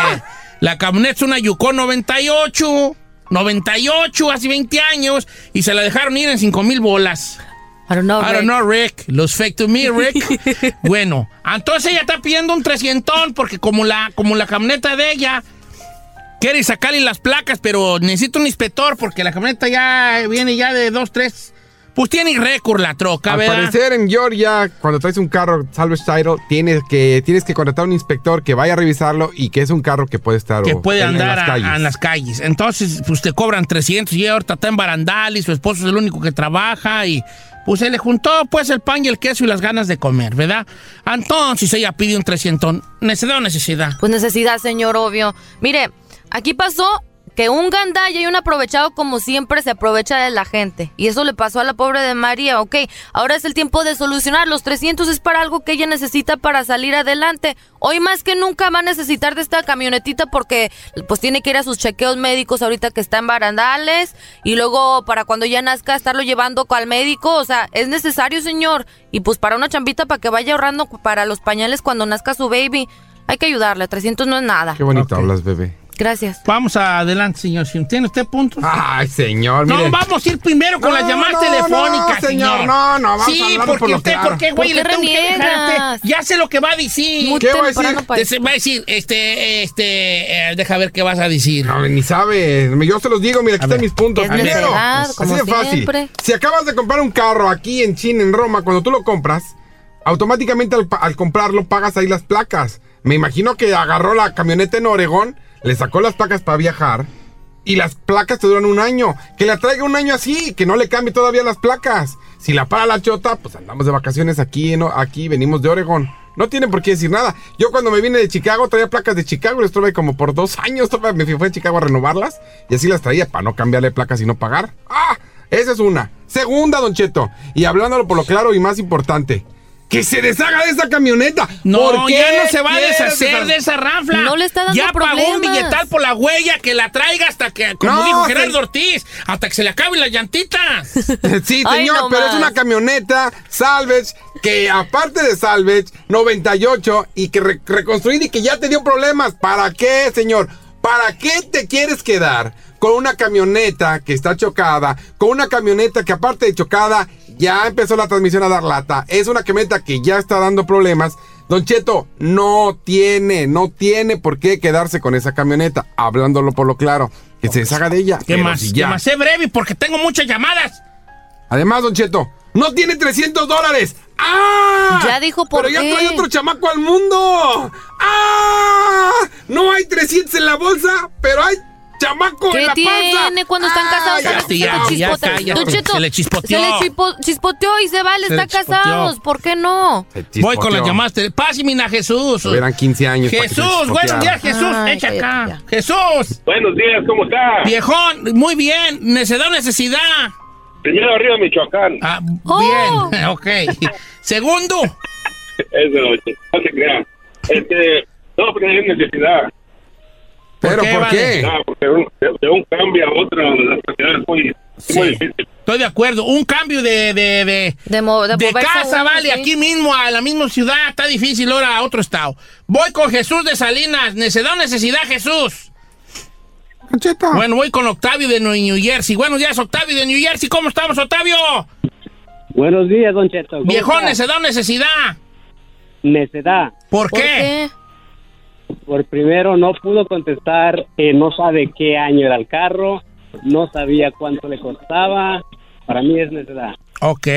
Speaker 2: la camioneta es una Yukon 98. 98, hace 20 años. Y se la dejaron ir en 5 mil bolas.
Speaker 12: I don't know,
Speaker 2: I don't
Speaker 12: Rick.
Speaker 2: know, Rick. Los fake to me, Rick.
Speaker 12: [LAUGHS]
Speaker 2: bueno, entonces ella está pidiendo un 300 porque como la, como la camioneta de ella quiere sacarle las placas, pero necesita un inspector porque la camioneta ya viene ya de 2, 3. Pues tiene récord la troca,
Speaker 11: Al
Speaker 2: ¿verdad?
Speaker 11: parecer en Georgia, cuando traes un carro salvage title, tienes que, tienes que contratar a un inspector que vaya a revisarlo y que es un carro que puede estar
Speaker 2: que
Speaker 11: o-
Speaker 2: puede
Speaker 11: en- en
Speaker 2: andar
Speaker 11: las
Speaker 2: a- Ah, a- en
Speaker 11: calles.
Speaker 2: las, calles. Entonces, pues te cobran 300 y ella ahorita está en barandal y su esposo es el único que trabaja y pues se le juntó pues el pan y el queso y las ganas de comer, ¿verdad? Entonces ella pide un 300. ¿Necesidad o necesidad?
Speaker 12: Pues necesidad, señor, obvio. Mire, aquí pasó que un gandalla y un aprovechado como siempre se aprovecha de la gente. Y eso le pasó a la pobre de María, ok. Ahora es el tiempo de solucionar. Los 300 es para algo que ella necesita para salir adelante. Hoy más que nunca va a necesitar de esta camionetita porque pues tiene que ir a sus chequeos médicos ahorita que está en barandales. Y luego para cuando ya nazca estarlo llevando al médico. O sea, es necesario, señor. Y pues para una chambita para que vaya ahorrando para los pañales cuando nazca su baby. Hay que ayudarle, 300 no es nada.
Speaker 11: Qué bonito hablas, bebé.
Speaker 12: Gracias.
Speaker 2: Vamos adelante, señor. Si ¿Tiene usted puntos?
Speaker 11: Ay, señor,
Speaker 2: No,
Speaker 11: mire.
Speaker 2: vamos a ir primero con
Speaker 11: No,
Speaker 2: las llamadas
Speaker 11: no,
Speaker 2: telefónicas,
Speaker 11: no,
Speaker 2: señor.
Speaker 11: señor, no, no, vamos a
Speaker 2: Sí,
Speaker 11: hablar
Speaker 2: porque
Speaker 11: por lo
Speaker 2: usted,
Speaker 11: claro.
Speaker 2: ¿por qué, güey?
Speaker 12: ¿Por
Speaker 2: le
Speaker 12: qué
Speaker 2: tengo que dejar a usted.
Speaker 12: reniegas?
Speaker 2: Ya sé lo que va a decir.
Speaker 12: Muy ¿Qué va a decir? temprano para-
Speaker 2: Te- va a decir, este, este, eh, deja ver qué vas a decir.
Speaker 11: No, ni sabe. Yo se los digo, mira, aquí están mis puntos.
Speaker 12: Es
Speaker 11: Primero,
Speaker 12: necedad, como
Speaker 11: así de fácil.
Speaker 12: siempre.
Speaker 11: Si acabas de comprar un carro aquí en China, en Roma, cuando tú lo compras, automáticamente al, pa- al comprarlo pagas ahí las placas. Me imagino que agarró la camioneta en Oregón, le sacó las placas para viajar y las placas te duran un año. Que la traiga un año así, que no le cambie todavía las placas. Si la para la chota, pues andamos de vacaciones aquí, ¿no? aquí venimos de Oregón. No tiene por qué decir nada. Yo cuando me vine de Chicago traía placas de Chicago y las tuve como por dos [LAUGHS] años. todavía Me fui fui a Chicago a renovarlas y así las traía para no cambiarle placas y no pagar. ¡Ah! Esa es una. Segunda, Don Cheto. Y hablándolo por lo claro y más importante. que se deshaga de esa camioneta.
Speaker 2: No,
Speaker 11: ¿Por qué
Speaker 2: ya no se va a
Speaker 11: quieres
Speaker 2: deshacer de esa rafla.
Speaker 12: No le está dando
Speaker 2: Ya pagó un
Speaker 12: problemas.
Speaker 2: billetal por la huella que la traiga hasta que, como
Speaker 11: No,
Speaker 2: dijo
Speaker 11: se-
Speaker 2: Gerardo Ortiz, hasta que se le acaben las llantitas.
Speaker 11: [LAUGHS] Sí,
Speaker 2: Ay,
Speaker 11: señor,
Speaker 2: no
Speaker 11: pero es
Speaker 2: más.
Speaker 11: una camioneta salvage que aparte de salvage 98 y que re- reconstruida y que ya te dio problemas. ¿Para qué, señor? ¿Para qué te quieres quedar con una camioneta que está chocada, con una camioneta que aparte de chocada ya empezó la transmisión a dar lata? Es una camioneta que ya está dando problemas. Don Cheto no tiene, no tiene por qué quedarse con esa camioneta, hablándolo por lo claro. Que se deshaga de ella.
Speaker 2: ¿Qué
Speaker 11: pero
Speaker 2: más?
Speaker 11: si
Speaker 2: ¿Qué
Speaker 11: ya.
Speaker 2: más? Sé breve porque tengo muchas llamadas.
Speaker 11: Además, Don Cheto, no tiene 300 dólares. ¡Ah!
Speaker 12: Ya dijo por
Speaker 11: Pero
Speaker 12: qué.
Speaker 11: ya trae otro chamaco al mundo. ¡Ah! No hay 300 en la bolsa, pero hay chamaco en
Speaker 12: ¿Qué
Speaker 11: la
Speaker 12: tiene
Speaker 11: panza.
Speaker 12: cuando están casados?
Speaker 11: ya,
Speaker 12: Se le
Speaker 11: ya,
Speaker 12: chispotea.
Speaker 11: ya, cállate.
Speaker 12: Don Cheto,
Speaker 11: Se le chispoteó.
Speaker 12: Se le chispo- chispoteó y se vale,
Speaker 2: Se le
Speaker 12: están
Speaker 2: chispoteó.
Speaker 12: casados. ¿Por qué no?
Speaker 2: Voy con las llamadas. Pásimina Jesús.
Speaker 11: Eran 15 años. para que se
Speaker 2: Jesús, buenos
Speaker 11: despoteara.
Speaker 2: días, Jesús.
Speaker 12: Ay,
Speaker 2: Echa
Speaker 12: cállate
Speaker 2: acá. Jesús.
Speaker 13: Buenos días, ¿cómo está?
Speaker 2: Viejón, muy bien. Necesidad, necesidad.
Speaker 13: Primero arriba Michoacán.
Speaker 2: Ah,
Speaker 12: Oh.
Speaker 2: bien. [LAUGHS] Ok. Segundo.
Speaker 13: Es de noche, no se crean. Este, no, pero hay necesidad.
Speaker 11: ¿Pero por qué?
Speaker 13: Ah, porque un- de, de un cambio a otro, la sociedad es muy, muy difícil.
Speaker 2: Estoy de acuerdo. Un cambio de, de, de,
Speaker 12: De, mo- de
Speaker 2: de
Speaker 12: moverse
Speaker 2: casa,
Speaker 12: uno,
Speaker 2: vale.
Speaker 12: sí.
Speaker 2: Aquí mismo, a la misma ciudad. Está difícil ahora a otro estado. Voy con Jesús de Salinas. Necesidad, necesidad, Jesús. Bueno, voy con Octavio de New Jersey. Buenos días, Octavio de New Jersey. ¿Cómo estamos, Octavio?
Speaker 14: Buenos días, don Cheto. ¿Cómo
Speaker 2: Viejón, necesidad,
Speaker 14: está?
Speaker 2: necesidad.
Speaker 14: Necedad.
Speaker 2: ¿Por qué?
Speaker 14: Por primero, no pudo contestar, eh, no sabe qué año era el carro, no sabía cuánto le costaba. Para mí es necedad.
Speaker 2: Ok.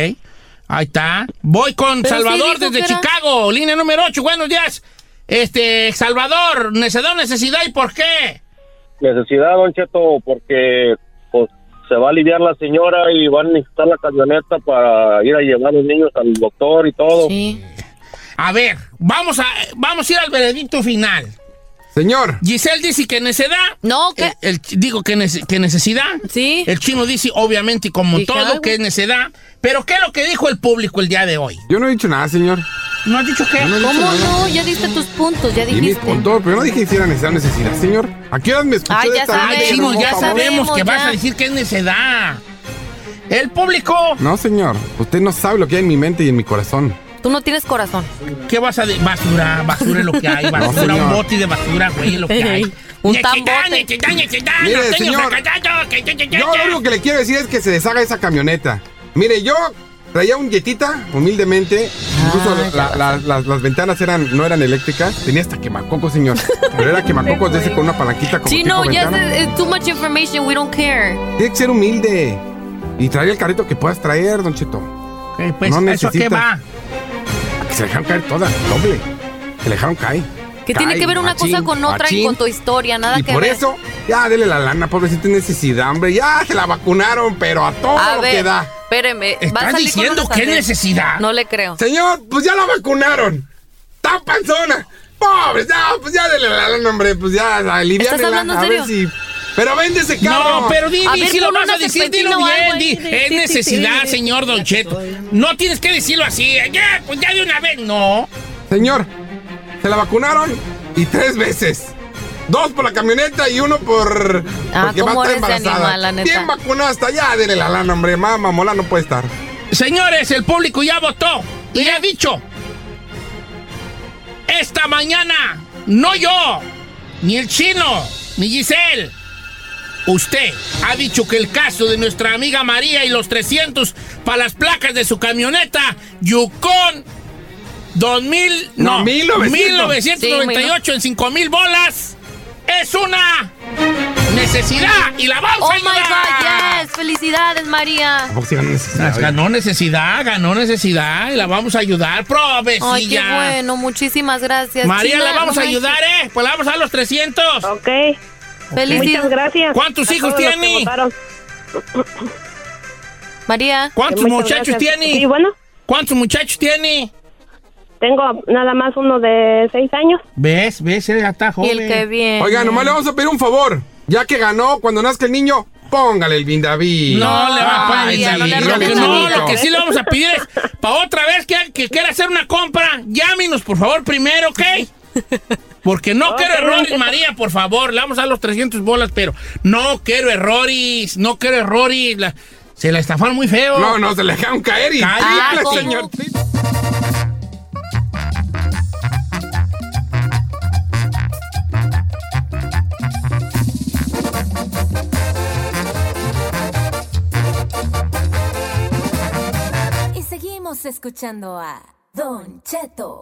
Speaker 2: Ahí está. Voy con
Speaker 14: Pero sí
Speaker 2: Salvador
Speaker 14: dijo
Speaker 2: desde
Speaker 14: que era-
Speaker 2: Chicago, línea número 8. Buenos días. Este, Salvador, necesidad, necesidad y por qué.
Speaker 15: Necesidad, Don Cheto, porque pues, se va a aliviar la señora y van a necesitar la camioneta para ir a llevar a los niños al doctor y todo.
Speaker 2: A ver, vamos a, vamos a ir al veredicto final.
Speaker 11: Señor.
Speaker 2: Giselle dice que necedad.
Speaker 12: No, que.
Speaker 2: El, ch- digo que, nece- que necesidad.
Speaker 12: Sí.
Speaker 2: El chino dice, obviamente, como
Speaker 12: Dije
Speaker 2: todo,
Speaker 12: algo.
Speaker 2: que es necedad. Pero, ¿qué es lo que dijo el público el día de hoy?
Speaker 11: Yo no he dicho nada, señor.
Speaker 2: ¿No has dicho qué?
Speaker 12: ¿Cómo no? Ya diste tus puntos, ya
Speaker 11: Y mis
Speaker 12: dijiste.
Speaker 11: puntos, pero yo no dije que hiciera necesidad, necesidad, señor. ¿A qué hora me escuchó
Speaker 12: Ay,
Speaker 11: de
Speaker 12: ya
Speaker 11: esta
Speaker 12: sabemos,
Speaker 11: noche,
Speaker 2: Chino,
Speaker 11: por
Speaker 2: ya
Speaker 11: favor?
Speaker 2: sabemos que vas
Speaker 12: ya.
Speaker 2: a decir que es necedad. El público.
Speaker 11: No, señor. Usted no sabe lo que hay en mi mente y en mi corazón.
Speaker 12: Tú no tienes corazón.
Speaker 2: ¿Qué vas a decir? Basura, basura es lo que hay.
Speaker 11: [LAUGHS] No,
Speaker 2: Basura, un
Speaker 11: señor.
Speaker 2: bote de basura, güey, es lo que hay.
Speaker 12: [LAUGHS] Un
Speaker 2: Ñequitán,
Speaker 12: tambote.
Speaker 2: ñequitán, ñequitán,
Speaker 11: Mire,
Speaker 2: norteño,
Speaker 11: señor.
Speaker 2: sacatato, que, que, que, que,
Speaker 11: Yo lo único que le quiero decir es que se deshaga esa camioneta. Mire, yo traía un Yetita, humildemente.
Speaker 12: Ah,
Speaker 11: Incluso la- la- las, las ventanas eran, no eran eléctricas. Tenía hasta quemacocos, señor. Pero era quemacocos de ese con una palanquita como
Speaker 12: Chino,
Speaker 11: tipo
Speaker 12: ya
Speaker 11: ventana.
Speaker 12: es too much information, we don't care.
Speaker 11: Tiene que ser humilde. Y traer el carrito que puedas traer, Don Cheto.
Speaker 2: Ok, pues, ¿eso a qué va?
Speaker 11: A que se dejaron caer todas, doble. Se le dejaron caer.
Speaker 12: Que tiene
Speaker 11: Cae,
Speaker 12: que ver una
Speaker 11: machín,
Speaker 12: cosa con otra y
Speaker 11: machín.
Speaker 12: con tu historia, nada
Speaker 11: Y
Speaker 12: que
Speaker 11: por
Speaker 12: ver.
Speaker 11: eso, ya dele la lana, pobrecita, en necesidad, hombre. Ya se la vacunaron, pero a todo
Speaker 12: A
Speaker 11: lo
Speaker 12: ver,
Speaker 11: que da.
Speaker 12: espéreme. va a
Speaker 11: ¿Estás
Speaker 12: salir con
Speaker 11: diciendo
Speaker 12: unas
Speaker 11: qué
Speaker 12: así.
Speaker 11: necesidad?
Speaker 12: No le creo.
Speaker 11: Señor, pues ya la vacunaron. ¡Está panzona! ¡Pobre! Ya, pues ya dele la lana, hombre. Pues ya, aliviar
Speaker 12: ¿Estás hablando en
Speaker 11: a ver
Speaker 12: serio?
Speaker 11: si... Pero vende ese carro.
Speaker 2: No, pero di,
Speaker 12: A
Speaker 2: di,
Speaker 12: ver,
Speaker 2: si lo
Speaker 12: pon
Speaker 2: vas
Speaker 12: una
Speaker 2: a decir,
Speaker 12: serpentina
Speaker 2: dilo
Speaker 12: o algo
Speaker 2: bien,
Speaker 12: ahí, este sí,
Speaker 2: di. Es
Speaker 12: sí, sí,
Speaker 2: necesidad,
Speaker 12: sí.
Speaker 2: señor Don Cheto. No tienes que decirlo así. eh, Ya, pues ya de una vez. No.
Speaker 11: Señor, se la vacunaron y tres veces. Dos por la camioneta y uno por...
Speaker 12: Ah,
Speaker 11: porque va
Speaker 12: ¿cómo
Speaker 11: a estar
Speaker 12: eres de
Speaker 11: embarazada.
Speaker 12: animal, la neta?
Speaker 11: Bien vacunada hasta allá, dele la lana, hombre. Mamá, mola, no puede estar.
Speaker 2: Señores, el público ya votó y ha dicho. Esta mañana, no yo, ni el chino, ni Giselle. Usted ha dicho que el caso de nuestra amiga María y los 300 para las placas de su camioneta Yukon 2000, no,
Speaker 11: No, 1900.
Speaker 2: 1998 en 5000 bolas es una necesidad y la vamos
Speaker 12: Oh
Speaker 2: a
Speaker 12: my
Speaker 2: ayudar.
Speaker 12: God, yes. Felicidades, María.
Speaker 2: Ah, Ganó necesidad, ganó necesidad y la vamos a ayudar, provecilla.
Speaker 12: Ay, qué bueno. Muchísimas gracias.
Speaker 2: María,
Speaker 12: China,
Speaker 2: la vamos
Speaker 12: no
Speaker 2: a ayudar, ¿eh? Pues la vamos a dar los 300.
Speaker 10: Ok.
Speaker 12: Felicidades.
Speaker 10: Muchas gracias.
Speaker 2: ¿Cuántos
Speaker 10: a
Speaker 2: hijos
Speaker 10: todos los que
Speaker 2: tiene?
Speaker 10: votaron.
Speaker 12: María.
Speaker 2: ¿Cuántos
Speaker 10: Muchas
Speaker 2: muchachos
Speaker 10: gracias.
Speaker 2: tiene?
Speaker 10: Sí, bueno.
Speaker 2: ¿Cuántos muchachos tiene?
Speaker 10: Tengo nada más uno de seis años.
Speaker 2: ¿Ves? ¿Ves? Él ya está
Speaker 12: Y el que viene.
Speaker 11: Oiga, nomás le vamos a pedir un favor. Ya que ganó, cuando nazca el niño, póngale el Vindaví.
Speaker 2: No le va a poner
Speaker 11: Ay,
Speaker 2: Vindaví.
Speaker 11: sí,
Speaker 2: Lo que
Speaker 11: no,
Speaker 2: no, lo que
Speaker 11: no.
Speaker 2: sí le vamos a pedir es, para otra vez que, que quiera hacer una compra, llámenos, por favor, primero, ¿ok? Porque no quiero errores, María, por favor. Le vamos a dar los 300 bolas, pero no quiero errores, no quiero errores. La- se la estafaron muy feo.
Speaker 11: No, no, se la dejaron caer y-
Speaker 2: Cállate,
Speaker 11: Ah, ¿cómo?
Speaker 2: señor.
Speaker 7: Y seguimos escuchando a Don Cheto.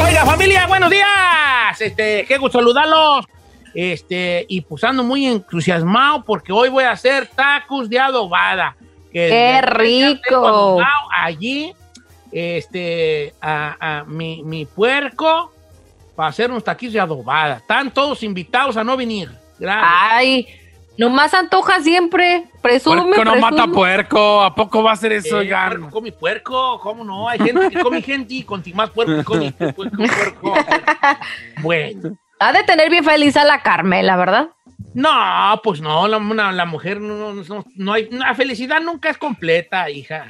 Speaker 2: Oiga, familia, buenos días. Este, qué gusto saludarlos. Este, y pues ando muy entusiasmado porque hoy voy a hacer tacos de adobada. Que
Speaker 3: ¡Qué
Speaker 2: desde ahorita
Speaker 3: rico!
Speaker 2: tengo adobado Allí, este, a, a mi, mi puerco para hacer unos taquillos de adobada. Están todos invitados a no venir. Gracias.
Speaker 3: Ay, nomás antoja siempre. Presume,
Speaker 6: Puerco no
Speaker 3: presume.
Speaker 6: mata
Speaker 2: pues.
Speaker 6: puerco. ¿A poco va a hacer eso,
Speaker 2: Eh,
Speaker 6: oigan?
Speaker 2: puerco come puerco, ¿cómo no? Hay gente que come gente y conti más puerco
Speaker 6: [LAUGHS]
Speaker 2: que come puerco.
Speaker 3: [LAUGHS]
Speaker 2: puerco. Bueno.
Speaker 3: Ha de tener bien feliz a la Carmela, ¿verdad?
Speaker 2: No, pues no, la, una- la mujer no, no- no- no hay. La felicidad nunca es completa, hija.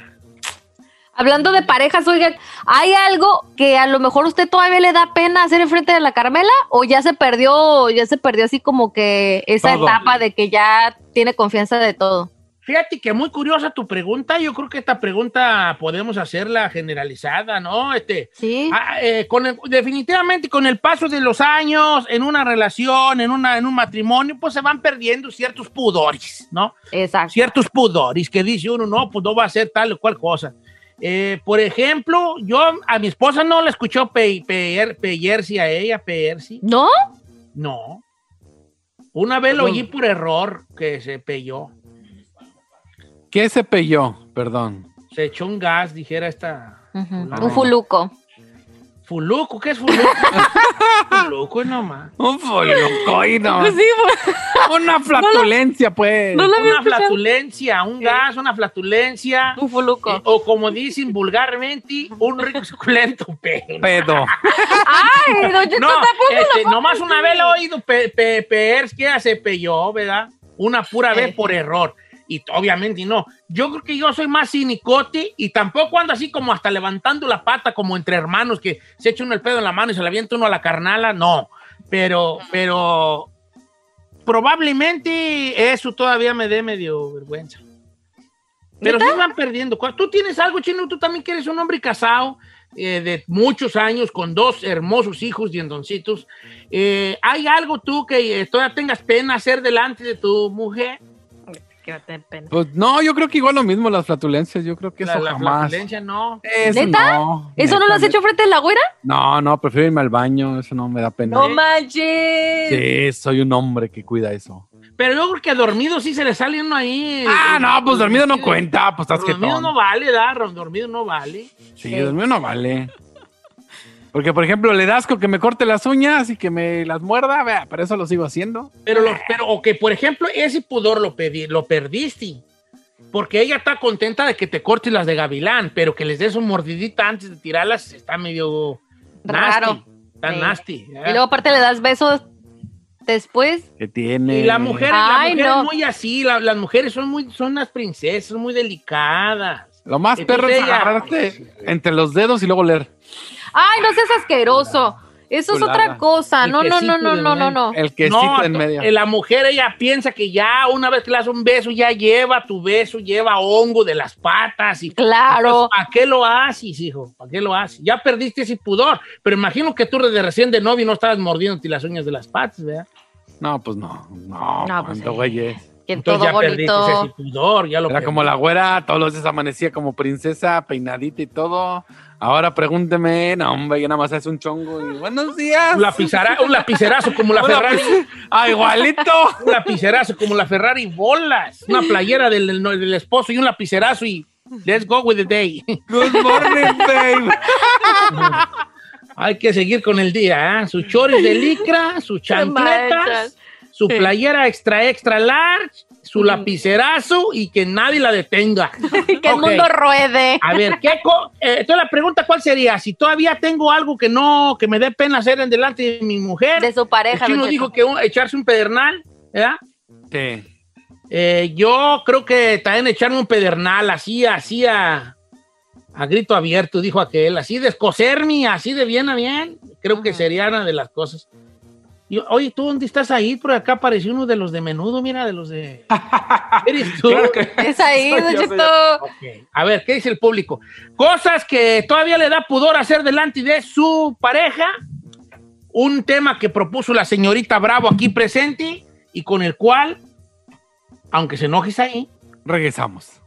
Speaker 3: Hablando de parejas, oigan, ¿hay algo que a lo mejor usted todavía le da pena hacer enfrente de la Carmela? ¿O ya se perdió, ya se perdió así como que esa
Speaker 2: Todo.
Speaker 3: etapa de que ya tiene confianza de todo?
Speaker 2: Fíjate que muy curiosa tu pregunta. Yo creo que esta pregunta podemos hacerla generalizada, ¿no? Este,
Speaker 3: sí.
Speaker 2: con el- definitivamente con el paso de los años, en una relación, en, una, en un matrimonio, pues se van perdiendo ciertos pudores, ¿no?
Speaker 3: Exacto.
Speaker 2: Ciertos pudores que dice uno, no, pues no va a hacer tal o cual cosa. Eh, por ejemplo, yo a mi esposa no la escuchó pe, pe- peyersi a ella, peyersi.
Speaker 3: ¿No?
Speaker 2: No. Una vez lo oí por error que se peyó.
Speaker 6: ¿Qué se pelló? Perdón.
Speaker 2: Se echó un gas, dijera esta.
Speaker 3: Un fuluco.
Speaker 2: Fuluco, ¿qué es fuluco?
Speaker 6: [LAUGHS]
Speaker 2: fuluco es nomás.
Speaker 6: Un folocoino.
Speaker 2: Pues sí,
Speaker 6: Una [LAUGHS] flatulencia, pues.
Speaker 2: una flatulencia, un gas, una flatulencia. Eh,
Speaker 3: Un fuluco.
Speaker 2: o como dicen vulgarmente, un rico suculento [LAUGHS] pedo.
Speaker 6: Pedo.
Speaker 3: Ay, don Cheto,
Speaker 2: no,
Speaker 3: tampoco lo
Speaker 2: este,
Speaker 3: puedo
Speaker 2: nomás una vez
Speaker 3: decir.
Speaker 2: lo he oído pe, pe- peer, que ya se peyó, ¿verdad? Una pura vez por error. Y t- obviamente no. Yo creo que yo soy más cinicote y tampoco ando así como hasta levantando la pata como entre hermanos que se echa uno el pedo en la mano y se la avienta uno a la carnala. No. Pero, pero probablemente eso todavía me dé medio vergüenza. Pero sí van perdiendo. cosas. Tú tienes algo, Chino, tú también que eres un hombre casado eh, de muchos años con dos hermosos hijos diendoncitos. Eh, ¿Hay algo tú que eh, todavía tengas pena hacer delante de tu mujer?
Speaker 3: Que te pena.
Speaker 6: Pues no, yo creo que igual lo mismo las flatulencias. Yo creo que
Speaker 2: La-
Speaker 6: eso
Speaker 2: la
Speaker 6: jamás.
Speaker 2: flatulencia, no.
Speaker 6: Eso
Speaker 3: ¿Neta?
Speaker 6: no,
Speaker 3: ¿Eso no
Speaker 6: neta,
Speaker 3: lo has
Speaker 6: neta.
Speaker 3: hecho frente de la güera?
Speaker 6: No, no, prefiero irme al baño. Eso no me da pena.
Speaker 3: No manches.
Speaker 6: Sí, soy un hombre que cuida eso.
Speaker 2: Pero yo creo que dormido sí se le sale uno ahí.
Speaker 6: Ah,
Speaker 2: Eh,
Speaker 6: no, pues dormido no
Speaker 2: sí,
Speaker 6: cuenta, pues estás
Speaker 2: Dormido Eh,
Speaker 6: jetón.
Speaker 2: no vale, ¿verdad? Dormido no vale. [LAUGHS]
Speaker 6: Sí, dormido no vale.
Speaker 16: Porque, por ejemplo, le dasco que me corte las uñas y que me las muerda, vea, pero eso lo sigo haciendo.
Speaker 2: Pero, lo, pero ok, por ejemplo, ese pudor lo, pedí, lo perdiste. Porque ella está contenta de que te cortes las de Gavilán, pero que les des un mordidita antes de tirarlas está medio
Speaker 3: Raro.
Speaker 2: nasty. Está
Speaker 3: Sí.
Speaker 2: nasty. ¿eh?
Speaker 3: Y luego aparte le das besos después.
Speaker 16: Que tiene.
Speaker 2: Y la mujer, la
Speaker 3: Ay,
Speaker 2: mujer
Speaker 3: no.
Speaker 2: es muy así, la- las mujeres son muy, son las princesas, muy delicadas.
Speaker 16: Lo más
Speaker 2: Entonces
Speaker 16: perro es
Speaker 2: ella-
Speaker 16: agarrarte entre los dedos y luego leer.
Speaker 3: Ay, no seas asqueroso. Eso es
Speaker 16: Chulada.
Speaker 3: otra cosa.
Speaker 2: El
Speaker 3: No, no, no,
Speaker 2: quesito
Speaker 3: no,
Speaker 2: de
Speaker 3: no, no,
Speaker 2: nuez.
Speaker 3: no.
Speaker 16: El quesito en
Speaker 2: to-
Speaker 16: medio.
Speaker 2: eh, La mujer, ella piensa que ya una vez que le das un beso, ya lleva tu beso, lleva hongo de las patas. Y,
Speaker 3: Claro.
Speaker 2: ¿Para qué lo haces, hijo? ¿Para qué lo haces? Ya perdiste ese pudor. Pero imagino que tú desde recién de novio no estabas mordiéndote las uñas de las patas, ¿verdad?
Speaker 16: No, pues no. No,
Speaker 2: No,
Speaker 16: no
Speaker 2: pues,
Speaker 16: cuánto, güey. es.
Speaker 3: Que
Speaker 2: Entonces
Speaker 3: todo
Speaker 2: ya perdiste ese
Speaker 3: bonito.
Speaker 2: pudor, ya lo
Speaker 16: Era como la güera, todos los días amanecía como princesa, peinadita y todo. Ahora pregúnteme, no, hombre, yo nada más hace un chongo y buenos días.
Speaker 2: Un lapicera- un lapicerazo como la
Speaker 16: [LAUGHS] Un
Speaker 2: Ferrari.
Speaker 16: lapic- Ah, igualito.
Speaker 2: Un lapicerazo como la Ferrari bolas. Una playera del, del- del esposo y un lapicerazo y let's go with the day.
Speaker 16: Good morning, babe.
Speaker 2: Hay que seguir con el día, ¿eh? Sus chores de licra, sus chancletas,
Speaker 3: manchas.
Speaker 2: su
Speaker 3: Sí. Mm.
Speaker 2: playera extra extra large, su lapicerazo y que nadie la
Speaker 3: [LAUGHS]
Speaker 2: detenga.
Speaker 3: Que el
Speaker 2: Ok.
Speaker 3: mundo ruede.
Speaker 2: A ver, ¿qué co- eh, entonces la pregunta cuál sería, si todavía tengo algo que no, que me dé pena hacer en delante de mi mujer. De
Speaker 3: su pareja,
Speaker 2: El chino
Speaker 3: Don Cheto.
Speaker 2: dijo que un- echarse un pedernal, ¿verdad?
Speaker 16: Sí.
Speaker 2: Eh, yo creo que también echarme un pedernal así, así a, a grito abierto, dijo aquel, así de escocerme, así de bien a bien, creo que sería una de las cosas. Y, Oye, ¿tú dónde estás ahí? Por acá apareció uno de los de menudo, mira, de los [LAUGHS] de... ¿Eres tú?
Speaker 3: Es ahí,
Speaker 2: Soy [LAUGHS]
Speaker 3: Don
Speaker 2: yo, soy
Speaker 3: Cheto.
Speaker 2: A ver, ¿qué dice el público? Cosas que todavía le da pudor hacer delante de su pareja. Un tema que propuso la señorita Bravo aquí presente y con el cual, aunque se enojes ahí,
Speaker 16: regresamos.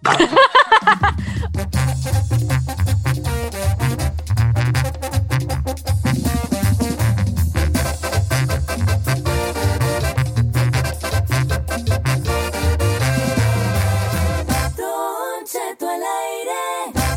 Speaker 7: Don Cheto al aire.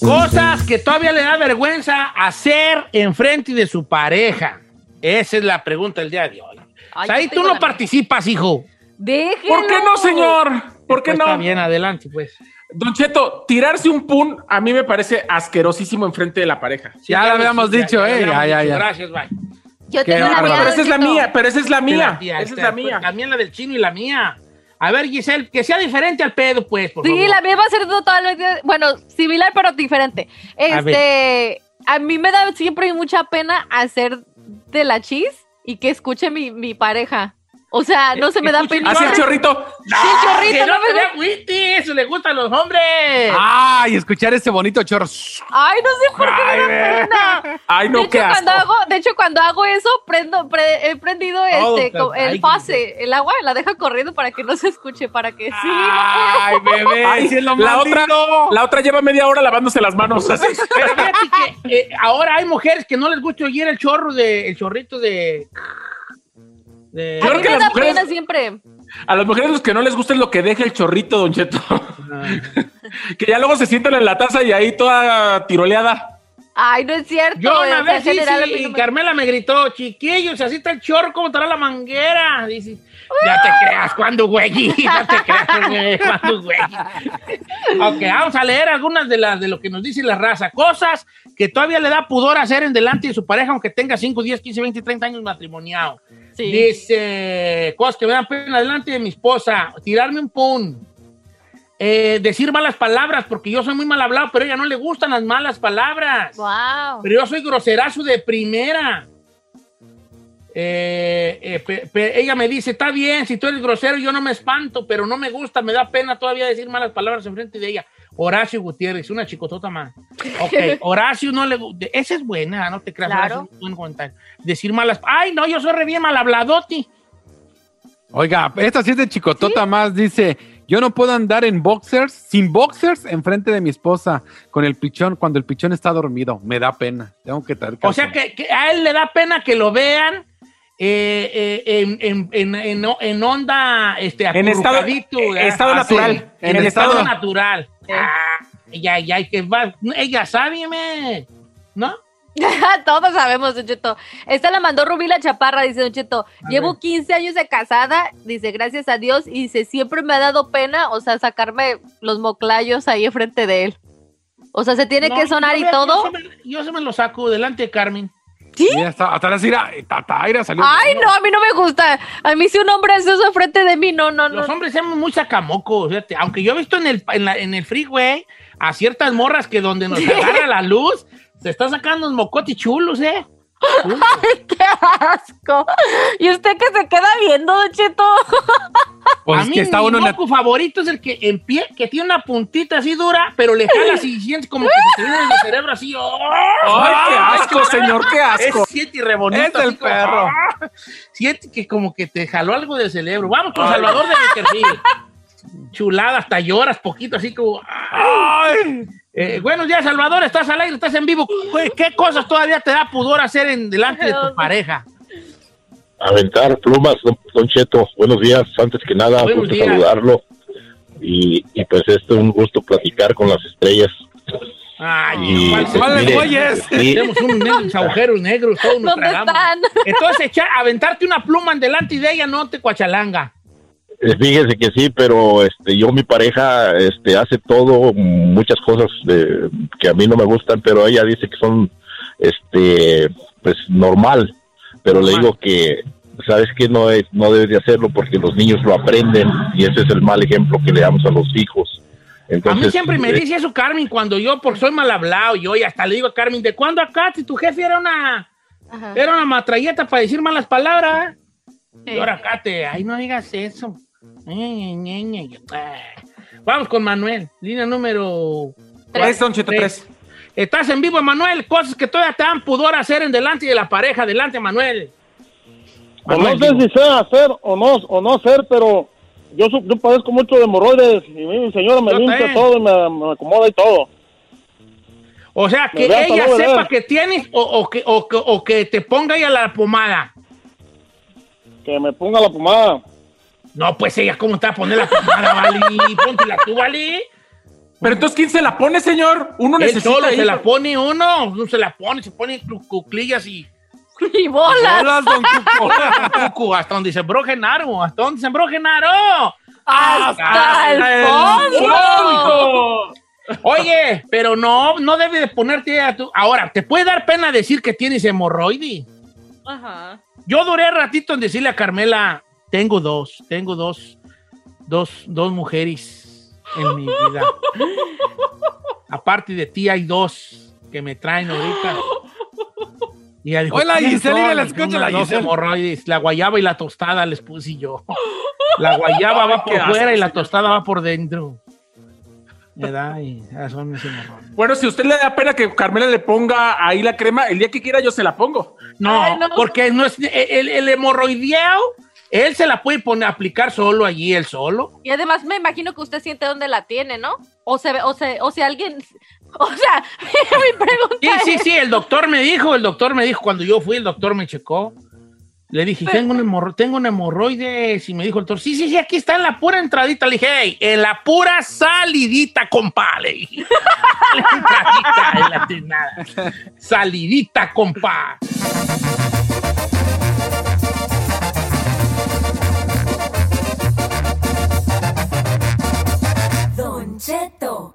Speaker 2: Cosas que todavía le da vergüenza hacer enfrente de su pareja. Esa es la pregunta del día de hoy.
Speaker 3: Ay,
Speaker 2: ahí
Speaker 3: yo
Speaker 2: tú
Speaker 3: tengo
Speaker 2: no
Speaker 3: la-
Speaker 2: participas, hijo.
Speaker 3: Déjelo.
Speaker 6: ¿Por qué no, señor? ¿Por qué
Speaker 2: Pues
Speaker 6: no?
Speaker 2: Está bien, adelante, pues.
Speaker 6: Don Cheto, tirarse un pun a mí me parece asquerosísimo enfrente de la pareja.
Speaker 16: Ya lo habíamos dicho, eh,
Speaker 2: ya,
Speaker 16: ya, ya.
Speaker 2: Gracias, bye.
Speaker 3: Yo
Speaker 16: Qué
Speaker 3: tengo una
Speaker 16: bárbaro.
Speaker 3: amiga,
Speaker 6: Pero esa es la
Speaker 3: Don Cheto.
Speaker 6: mía, pero esa es la mía.
Speaker 2: La tía,
Speaker 6: esa es
Speaker 2: esta,
Speaker 6: la
Speaker 2: pues,
Speaker 6: mía.
Speaker 2: También la del chino y la mía. A ver, Giselle, que sea diferente al pedo, pues, por
Speaker 3: Sí,
Speaker 2: favor.
Speaker 3: la mía va a ser totalmente, bueno, similar pero diferente.
Speaker 2: A
Speaker 3: Este, a, mí me da siempre mucha pena hacer de la chis y que escuche mi, mi pareja. O sea, no se me da pena.
Speaker 6: Así el chorrito.
Speaker 3: Sí, el chorrito,
Speaker 2: que no
Speaker 3: no me
Speaker 2: te dé
Speaker 3: gusta.
Speaker 2: agüite, eso le gusta a los hombres.
Speaker 16: Ay, escuchar ese bonito chorro.
Speaker 3: Ay, no sé por qué me da pena.
Speaker 6: Ay,
Speaker 3: de
Speaker 6: no,
Speaker 3: hecho,
Speaker 6: qué
Speaker 3: cuando
Speaker 6: asco.
Speaker 3: hago, de hecho, cuando hago eso, prendo, pre- he prendido
Speaker 2: Oh,
Speaker 6: Todo,
Speaker 3: este,
Speaker 6: pero-
Speaker 3: co- el
Speaker 6: ay,
Speaker 3: fase, el agua, la dejo corriendo para que no se escuche, para que sí.
Speaker 16: Ay, bebé.
Speaker 6: Ay,
Speaker 16: sí es lo
Speaker 6: la,
Speaker 16: más
Speaker 6: otra,
Speaker 16: lindo.
Speaker 6: la otra lleva media hora lavándose las manos. así.
Speaker 2: Pero fíjate que eh, ahora hay mujeres que no les gusta oír el chorro de, el chorrito de. de-
Speaker 3: A
Speaker 6: Yo creo
Speaker 3: mí
Speaker 6: que
Speaker 3: me
Speaker 6: las
Speaker 3: da
Speaker 6: mujeres-
Speaker 3: pena siempre.
Speaker 6: A las mujeres los que no les gusta es lo que deja el chorrito, Don Cheto. [LAUGHS] que ya luego se sientan en la taza y ahí toda tiroleada.
Speaker 3: Ay, no es cierto.
Speaker 2: Yo
Speaker 3: o
Speaker 2: una
Speaker 3: sea,
Speaker 2: vez
Speaker 3: en
Speaker 2: hice
Speaker 3: general, a mí
Speaker 2: y
Speaker 3: no me-
Speaker 2: Carmela me gritó, chiquillos, así está el chorro, ¿cómo estará la manguera? Dice, ya te creas, cuando güey? [LAUGHS] Ya te creas, güey, ¿cuándo, güey? ok, vamos a leer algunas de las de lo que nos dice la raza. Cosas que todavía le da pudor hacer en delante de su pareja, aunque tenga 5, 10, 15, 20, 30 años matrimoniado.
Speaker 3: Sí.
Speaker 2: Dice, cosas que me dan pena delante de mi esposa, tirarme un pun. eh, decir malas palabras, porque yo soy muy mal hablado, pero a ella no le gustan las malas palabras.
Speaker 3: Wow.
Speaker 2: Pero yo soy groserazo de primera. Eh, eh, pe- pe- ella me dice, está bien, si tú eres grosero, yo no me espanto, pero no me gusta, me da pena todavía decir malas palabras enfrente de ella. Horacio Gutiérrez, una chicotota más. Ok, Horacio no le gusta. Esa es buena, no te creas.
Speaker 3: Claro.
Speaker 2: Horacio, buen comentario. Decir malas. Ay, no, yo soy re bien mal habladoti.
Speaker 16: Oiga, esta sí es de chicotota más. Dice, yo no puedo andar en boxers, sin boxers, enfrente de mi esposa, con el pichón, cuando el pichón está dormido. Me da pena. Tengo que traer
Speaker 2: O sea
Speaker 16: calzones.
Speaker 2: que, que a él le da pena que lo vean eh, eh, en, en- en- en- no- en onda este,
Speaker 6: En estado-
Speaker 2: acurrucadito,
Speaker 6: eh,
Speaker 2: ¿verdad?
Speaker 6: estado
Speaker 2: Así,
Speaker 6: natural.
Speaker 2: En,
Speaker 6: En
Speaker 2: estado,
Speaker 6: estado-
Speaker 2: natural. Ah, ya, ya, que va. Ella sabe, me. ¿No?
Speaker 3: [LAUGHS] Todos sabemos, Don Cheto. Esta la mandó Rubí la Chaparra, dice Don Cheto. Llevo 15 años de casada, dice gracias a Dios, y dice siempre me ha dado pena, o sea, sacarme los moclayos ahí enfrente de él. O sea, se tiene
Speaker 2: No,
Speaker 3: que sonar
Speaker 2: yo
Speaker 3: y
Speaker 2: me-
Speaker 3: todo.
Speaker 2: Yo se, me, yo se me lo saco delante, Carmen.
Speaker 3: ¿Sí?
Speaker 16: Mira, hasta, hasta la Cira, tata, mira, salió.
Speaker 3: Ay, no, a mí no me gusta. A mí si un hombre hace eso enfrente de mí, no, no, no.
Speaker 2: Los hombres somos muy sacamocos, fíjate. Aunque yo he visto en el, en, la- en el freeway a ciertas morras que donde nos agarra la luz, se está sacando unos mocotes chulos, ¿eh?
Speaker 3: [LAUGHS] Ay, qué asco. Y usted que se queda viendo, Don
Speaker 2: [LAUGHS]
Speaker 3: Cheto.
Speaker 16: Pues
Speaker 2: a
Speaker 16: es
Speaker 2: mí
Speaker 16: que está
Speaker 2: mi
Speaker 16: uno en la-
Speaker 2: moco favorito es el que en pie, que tiene una puntita así dura, pero le
Speaker 3: [LAUGHS]
Speaker 2: jalas y sientes como que se te viene el cerebro así. ¡oh!
Speaker 6: ¡Ay, qué asco, señor, qué asco!
Speaker 2: Ah, Es siete y re bonito,
Speaker 6: Es del
Speaker 2: así como,
Speaker 6: perro.
Speaker 2: ¡ah! Siente que como que te jaló algo del cerebro. Vamos con Salvador de Beckerfield. Chulada, hasta lloras poquito, así como. ¡ay! Eh, buenos días, Salvador. Estás al aire, estás en vivo. ¿Qué- ¿Qué cosas todavía te da pudor hacer en delante de tu pareja?
Speaker 17: aventar plumas, don, don Cheto. Buenos días, antes que nada,
Speaker 2: Buenos
Speaker 17: gusto
Speaker 2: días.
Speaker 17: saludarlo. Y, y pues este es un gusto platicar con las estrellas.
Speaker 2: Ay,
Speaker 17: Y-
Speaker 2: ¿cuál-
Speaker 17: pues,
Speaker 2: ¿cuáles
Speaker 17: mire,
Speaker 2: güeyes?
Speaker 17: sí.
Speaker 2: Tenemos un negro, unos agujeros negros, todos nos tragamos. Entonces, echar- aventarte una pluma en delante y de ella no te cuachalanga.
Speaker 17: Eh, Fíjese que sí, pero este, yo mi pareja este, hace todo, muchas cosas de- que a mí no me gustan, pero ella dice que son, este, pues normal. Pero le digo que, sabes que no es, no debes de hacerlo porque los niños lo aprenden y ese es el mal ejemplo que le damos a los hijos.
Speaker 2: A
Speaker 17: Entonces,
Speaker 2: mí siempre me
Speaker 17: eh,
Speaker 2: dice eso Carmen cuando yo, porque soy mal hablado, yo y hasta le digo a Carmen, ¿de cuándo acá si tu jefe era una, era una matralleta para decir malas palabras? Y ahora acá te, ay, no digas eso. Ay, ay, ay, ay, ay. ah. Vamos con Manuel, línea número...
Speaker 6: Tres, don Cheto,
Speaker 2: tres. Estás en vivo, Manuel. Cosas que todavía te dan pudor hacer en delante de la pareja. Adelante, Manuel.
Speaker 18: O no sé si sea hacer o no, o no hacer, pero yo, su- yo padezco mucho de hemorroides y mi mi señora me
Speaker 2: Yo
Speaker 18: limpia
Speaker 2: también.
Speaker 18: todo y me, me acomoda y todo.
Speaker 2: O sea,
Speaker 18: Me
Speaker 2: que
Speaker 18: voy hasta
Speaker 2: ella
Speaker 18: no
Speaker 2: sepa
Speaker 18: beber.
Speaker 2: que tienes o, o que, o, que- o que te ponga ella la pomada.
Speaker 18: Que me ponga la pomada.
Speaker 2: No, pues ella, ¿cómo está a poner la pomada, Vali? Póntela tú, Vali.
Speaker 6: Pero entonces, ¿quién se la pone, señor? Uno
Speaker 2: Él
Speaker 6: necesita.
Speaker 2: solo
Speaker 6: ahí-
Speaker 2: se la pone uno. No se la pone, se pone clu- cuclillas y...
Speaker 3: [LAUGHS] Y bolas.
Speaker 2: Bolas, don Cuco. [LAUGHS] Bolas, don Cuco. Hasta donde se sembró Genaro. Hasta donde se sembró Genaro.
Speaker 3: Hasta el fondo.
Speaker 2: fondo. Oye, pero no, no debe de ponerte a tu... Ahora, te puede dar pena decir que tienes hemorroides.
Speaker 5: Ajá.
Speaker 2: Yo duré ratito en decirle a Carmela, tengo dos, tengo dos, dos, dos mujeres en mi vida. Aparte de ti hay dos que me traen ahorita. Y ella dijo,
Speaker 16: Hola,
Speaker 2: "Tienes
Speaker 16: Giselina,
Speaker 2: dos,
Speaker 16: la
Speaker 2: les
Speaker 16: escucho,
Speaker 2: pongo
Speaker 16: la
Speaker 2: las dos
Speaker 16: Gisela".
Speaker 2: hemorroides. La guayaba y la tostada les puse yo. La guayaba va por
Speaker 6: Qué asco,
Speaker 2: fuera y la
Speaker 6: señor.
Speaker 2: tostada va por dentro. ¿Verdad? Y esas son mis hemorroides.
Speaker 6: Bueno, si usted le da pena que Carmela le ponga ahí la crema, el día que quiera yo se la pongo.
Speaker 2: No, porque no es el, el hemorroideado, él se la puede poner, aplicar solo allí, él solo.
Speaker 3: Y además me imagino que usted siente dónde la tiene, ¿no? O se ve, o se, o si alguien, [LAUGHS] o sea, [LAUGHS] mi pregunta
Speaker 2: Sí, sí,
Speaker 3: es-
Speaker 2: sí, el doctor me dijo, el doctor me dijo, cuando yo fui, el doctor me checó. Le dije, tengo un, hemorro tengo un hemorroides. Y me dijo el doctor, sí, sí, sí, aquí está en la pura entradita. Le dije, hey, en la pura salidita, compadre. [LAUGHS] entradita, en la de nada. Salidita, compa.
Speaker 7: Don Cheto